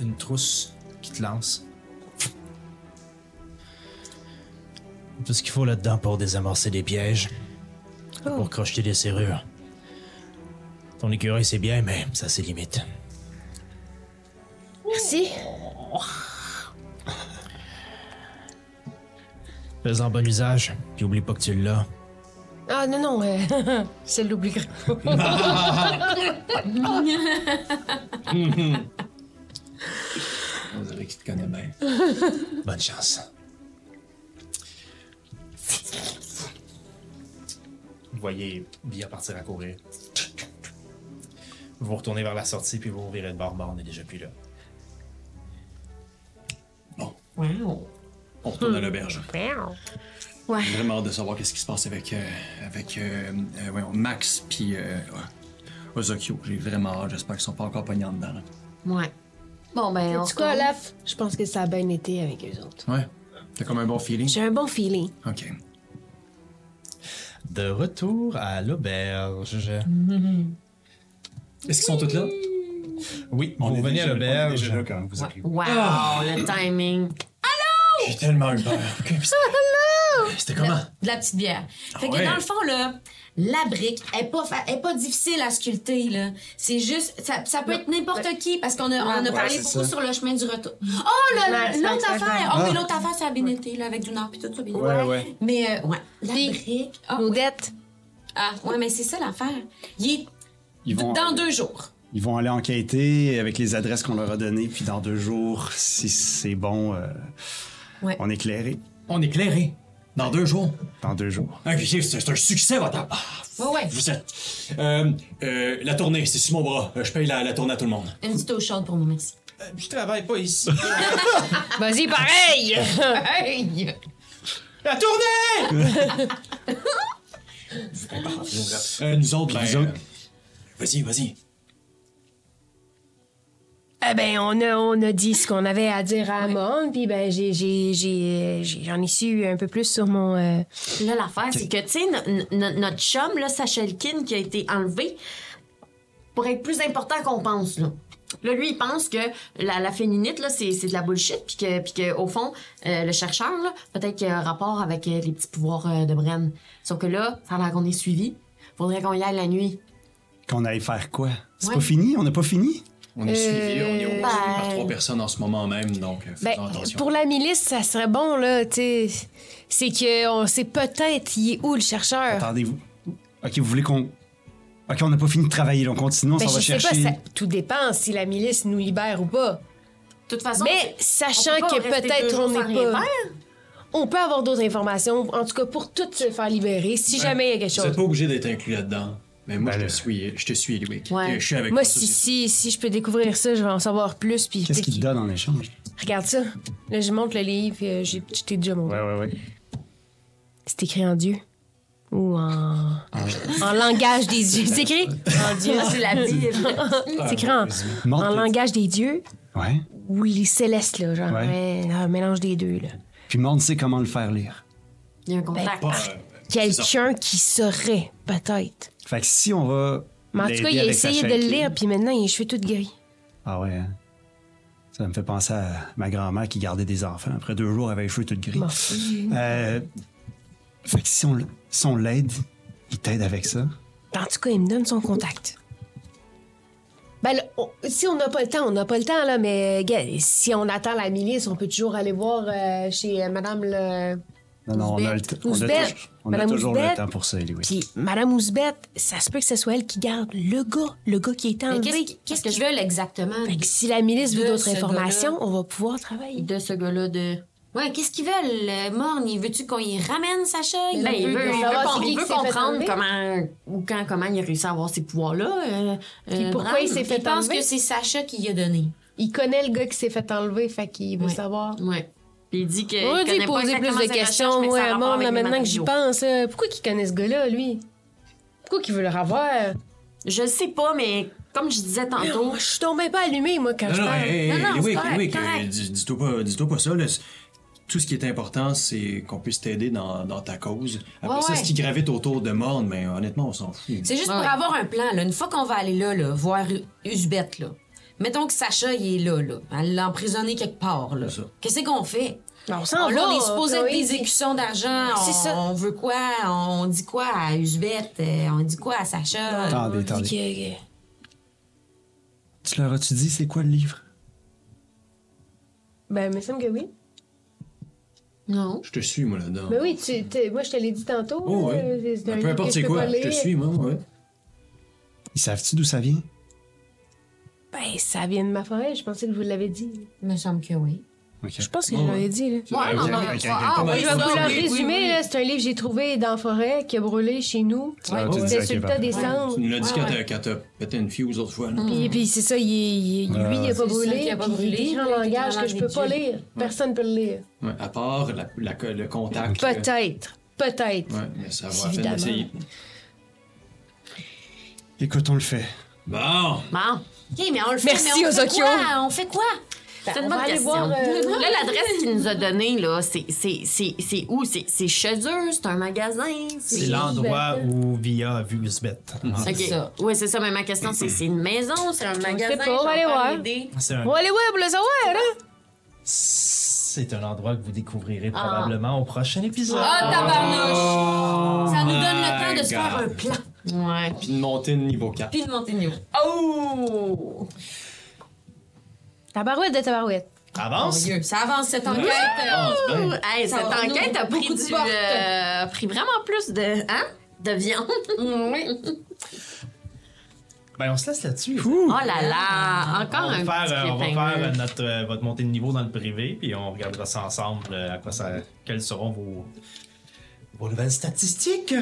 un- une trousse qui te lance. Tout ce qu'il faut là-dedans pour désamorcer des pièges. et Pour crocheter des serrures. Ton écureuil, c'est bien, mais ça, c'est limite. Merci. Fais-en bon usage, puis oublie pas que tu l'as. Ah, non, non, euh, je l'oublierai pas. On dirait qu'il te connaît bien. Bonne chance. Vous voyez Bia partir à courir. Vous vous retournez vers la sortie, puis vous vous virez de bord. Bon, on est déjà plus là. Wow. On retourne à l'auberge. Ouais. J'ai vraiment hâte de savoir qu'est-ce qui se passe avec, euh, avec euh, euh, voyons, Max puis euh, ouais, Ozokyo. J'ai vraiment hâte. J'espère qu'ils sont pas encore pognés en dedans. là. Ouais. Bon, ben, on En tout cas, retourne. Olaf, je pense que ça a bien été avec eux autres. Ouais. T'as comme un bon feeling? J'ai un bon feeling. Ok. De retour à l'auberge. Est-ce qu'ils sont tous là? Oui, vous venez à l'auberge. quand vous arrivez. Wow, le timing. J'ai tellement eu peur. C'était comment? de la petite bière. Fait que ouais. dans le fond, là, la brique est pas, fa- est pas difficile à sculpter, là. C'est juste, ça, ça peut être n'importe qui, parce qu'on a, on a parlé beaucoup sur le chemin du retour. Oh, là, là, Ouais, l'autre ouais, affaire! Oh, mais l'autre affaire, c'est la Bénété, là, avec du Nord puis tout ça, Bénété. Ouais, ouais. Mais, euh, ouais, la Puis- brique... Ah, Nos ouais. dettes. Ah, ouais, mais c'est ça l'affaire. Il est Ils vont, dans deux jours. ils vont aller enquêter avec les adresses qu'on leur a données, puis dans deux jours, si c'est bon, euh, Ouais. on est clairé. On est clairé. Dans deux jours. Dans deux jours. Ok, Ah, c'est c'est un succès, votre part. Ouais, ouais. Vous êtes. Euh, euh, la tournée, c'est sur mon bras. Euh, Je paye la, la tournée à tout le monde. Une petite eau chaude pour nous, merci. Euh, Je travaille pas ici. Vas-y, pareil! Hey! La tournée! Euh, nous autres, ben, Nous autres. euh, Vas-y, vas-y. Eh ben, on a, on a dit ce qu'on avait à dire à Amon, puis ben, j'ai, j'ai, j'ai, j'ai- j'en ai su un peu plus sur mon. euh, Là, l'affaire, c'est que, tu sais, no- no- notre chum, là, Sachelkin, qui a été enlevé, pourrait être plus important qu'on pense, là. Là, lui, il pense que la, la féminite, là, c'est, c'est de la bullshit, puis que, puis que, au fond, euh, le chercheur, là, peut-être qu'il y a un rapport avec euh, les petits pouvoirs euh, de Bren. Sauf que là, ça a l'air qu'on est suivi. Faudrait qu'on y aille la nuit. Qu'on aille faire quoi? C'est Ouais. pas fini? On n'a pas fini? On est suivi, on est suivi par ben- trois personnes en ce moment même, donc euh, Euh, Ben, faisons attention. pour la milice, ça serait bon, là, tu sais. C'est que on sait peut-être il est où le chercheur. Attendez, vous. Ok, vous voulez qu'on. Ok, on n'a pas fini de travailler, donc continue, on Ben, s'en va je sais chercher. pas, ça, tout dépend si la milice nous libère ou pas. De toute façon, Mais sachant on peut pas que rester deux peut-être jours on sans n'est rien pas. On peut avoir d'autres informations, en tout cas pour toutes se faire libérer, si jamais il y a quelque Vous êtes chose. pas obligé d'être inclus là-dedans. Mais moi, Ben, je le- te suis, je te suis, Louis. Ouais. Et Je suis avec Moi, toi, ça, si, c'est- si, si je peux découvrir ça, je vais en savoir plus. Puis Qu'est-ce peut-être qu'il te donne en échange? Regarde ça. Là, je montre le livre. euh, j'ai- je t'ai déjà montré. ouais, ouais. C'est écrit en Dieu. Ou en. en langage des dieux. C'est écrit en Dieu. c'est la Bible. C'est écrit en, Montre en le- langage des dieux. Ouais. Oui, les célestes, là. Genre, Ouais. ouais, un mélange des deux, là. Puis Monde sait comment le faire lire. Il y a un contact. Ben, Pas, Ah, euh, Quelqu'un qui saurait, peut-être. Fait que si on va. Mais en tout cas, l'aider il a avec essayé sa de le chaîne- lire, puis maintenant, il a les cheveux tout gris. Ah ouais. hein. Ça me fait penser à ma grand-mère qui gardait des enfants. Après deux jours, elle avait les cheveux tout gris. Bon. Euh, fait que si on, l- si on l'aide, il t'aide avec ça. En tout cas, il me donne son contact. Ben, là, on- si on n'a pas le temps, on n'a pas le temps, là, mais euh, gars, si on attend la milice, on peut toujours aller voir euh, chez euh, Madame le. Non, non, on a, le t- Ouzbek. on a Ouzbek. tou- on a Madame toujours le Ouzbek. temps pour ça, Louis. Puis Madame Ouzbette, ça se peut que ce soit elle qui garde le gars, le gars qui est Mais enlevé. Qu'est-ce qu'- qu'est-ce qu'ils veulent exactement? Fait que si la milice veut De d'autres ce informations, gars-là. on va pouvoir travailler. De ce gars-là, de. Ouais, qu'est-ce qu'ils veulent? euh, Morne, il veut-tu qu'on y ramène Sacha? Il Ben, il veut- veut, il veut il veut savoir com- c'est qui il qui veut s'est fait comprendre enlever. comment ou quand comment il a réussi à avoir ces pouvoirs-là. euh, euh, pourquoi Bran. il s'est Il fait pense enlever? que c'est Sacha qui y a donné. Il connaît le gars qui s'est fait enlever, fait qu'il veut Ouais. savoir. Ouais. Puis il dit que. On Euh, il dit connaît pas poser plus exactement de ses questions, recherches, mais moi, ça a à rapport monde, avec là, les maintenant que j'y matériaux. pense. euh, Pourquoi qu'il connaît ce gars-là, lui? Pourquoi qu'il veut le revoir? Je le sais pas, mais comme je disais tantôt. Moi, je suis tombée pas allumée, moi, quand Non, je non, parle. hey, hey, Non, non, c'est Louis, correct, Louis, correct. euh, dis- dis-toi pas, dis-toi pas ça. là. C'est- Tout ce qui est important, c'est qu'on puisse t'aider dans, dans ta cause. Après Ouais, ça, ouais. ce qui gravite autour de Morne, mais honnêtement, on s'en fout. C'est juste Ouais, pour ouais. avoir un plan, là. Une fois qu'on va aller là, là, voir U- Uzbek, là. Mettons que Sacha, il est là, là. Elle l'a emprisonné quelque part, là. C'est ça. Qu'est-ce qu'on fait? Ah, On On, s'en va, ben on est supposé être Chloé. des écussons d'argent. C'est On, ça. on veut quoi? On dit quoi à Uzbek? Euh, On dit quoi à Sacha? Attendez, Dit attendez. que- que- Tu leur as-tu dit c'est quoi le livre? Ben, il me semble que oui. Oh, Non. Je te suis, moi, là-dedans. Ben oui, tu, tu- moi, je te l'ai dit tantôt. Oh, ouais. euh, c'est un Peu livre importe que c'est peux quoi, pas je te lire. suis, moi, ouais. Ils savent-tu d'où ça vient? Ben, ça vient de ma forêt, je pensais que vous l'avez dit. Il me semble que oui. Ok. Je pense que je l'avais dit, là. Ouais, non, ok, non, ok, non, ok. ah, Je oui, vais vous oui, le oui, oui, résumer. oui. là. C'est un livre que j'ai trouvé dans la forêt qui a brûlé chez nous. Ah, tu C'était dis, ok, sur le tas parfait. des cendres. Tu nous l'as dit Ouais, quand t'as- ouais. quand t'as pété une fuse l'autre fois. là. Puis, puis c'est ça, il, il- lui, il n'a pas C'est ça brûlé. qui a pas puis brûlé, Il écrit puis il en écrit langage dans que je peux pas l'individu. lire. Personne ne peut le lire. Ouais, à part la- la- le contact. euh, Peut-être. Peut-être. Ouais, mais ça C'est va à peine évidemment. essayer. Écoute, on le fait. Bon! Bon, Ok, mais on le fait. Merci, mais on fait Ozokyo. quoi? On fait quoi? c'est on une va bonne aller question. voir, euh, Là, l'adresse qu'il nous a donnée, là, c'est- c'est c'est- c'est où? C'est c'est chez eux? C'est un magasin? C'est l'endroit où Via a vu Usbeth. Ok. ça. Ouais, c'est ça, mais ma question, c'est c'est une maison? C'est un magasin? pas, j'ai on va aller pas voir. l'idée. C'est un, On va aller voir pour le savoir, hein? c'est un endroit que vous découvrirez probablement au prochain Oh, épisode. Ah, tabarnouche! Ça nous donne le temps de se Oh my faire un plan. Ouais. Puis de monter de niveau 4. Puis de monter de niveau. Oh! Tabarouette de tabarouette. Avance! Dieu, Ça avance cette enquête. Ah, c'est bien. Hey, Ça cette va, on enquête ouvre a pris, beaucoup de du, portes. euh, pris vraiment plus de, hein, de viande. Oui. Ben, on se laisse là-dessus. Oh là là, On encore va un faire, petit euh, on va cliffhanger. faire euh, notre, euh, votre montée de niveau dans le privé, puis on regardera ça ensemble. euh, après ça, quelles seront vos, vos nouvelles statistiques?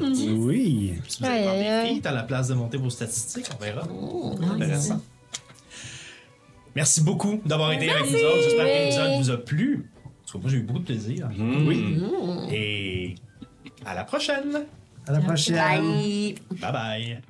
Oui. Si vous allez Mhm. Aïe, prendre aïe, aïe. Oh, des feats à la place de monter vos statistiques, on verra. Intéressant. Merci beaucoup d'avoir été avec nous autres. J'espère que l'épisode vous a plu. En tout cas, moi, j'ai eu beaucoup de plaisir. Oui. Et à la prochaine. À la prochaine. Bye. Bye bye.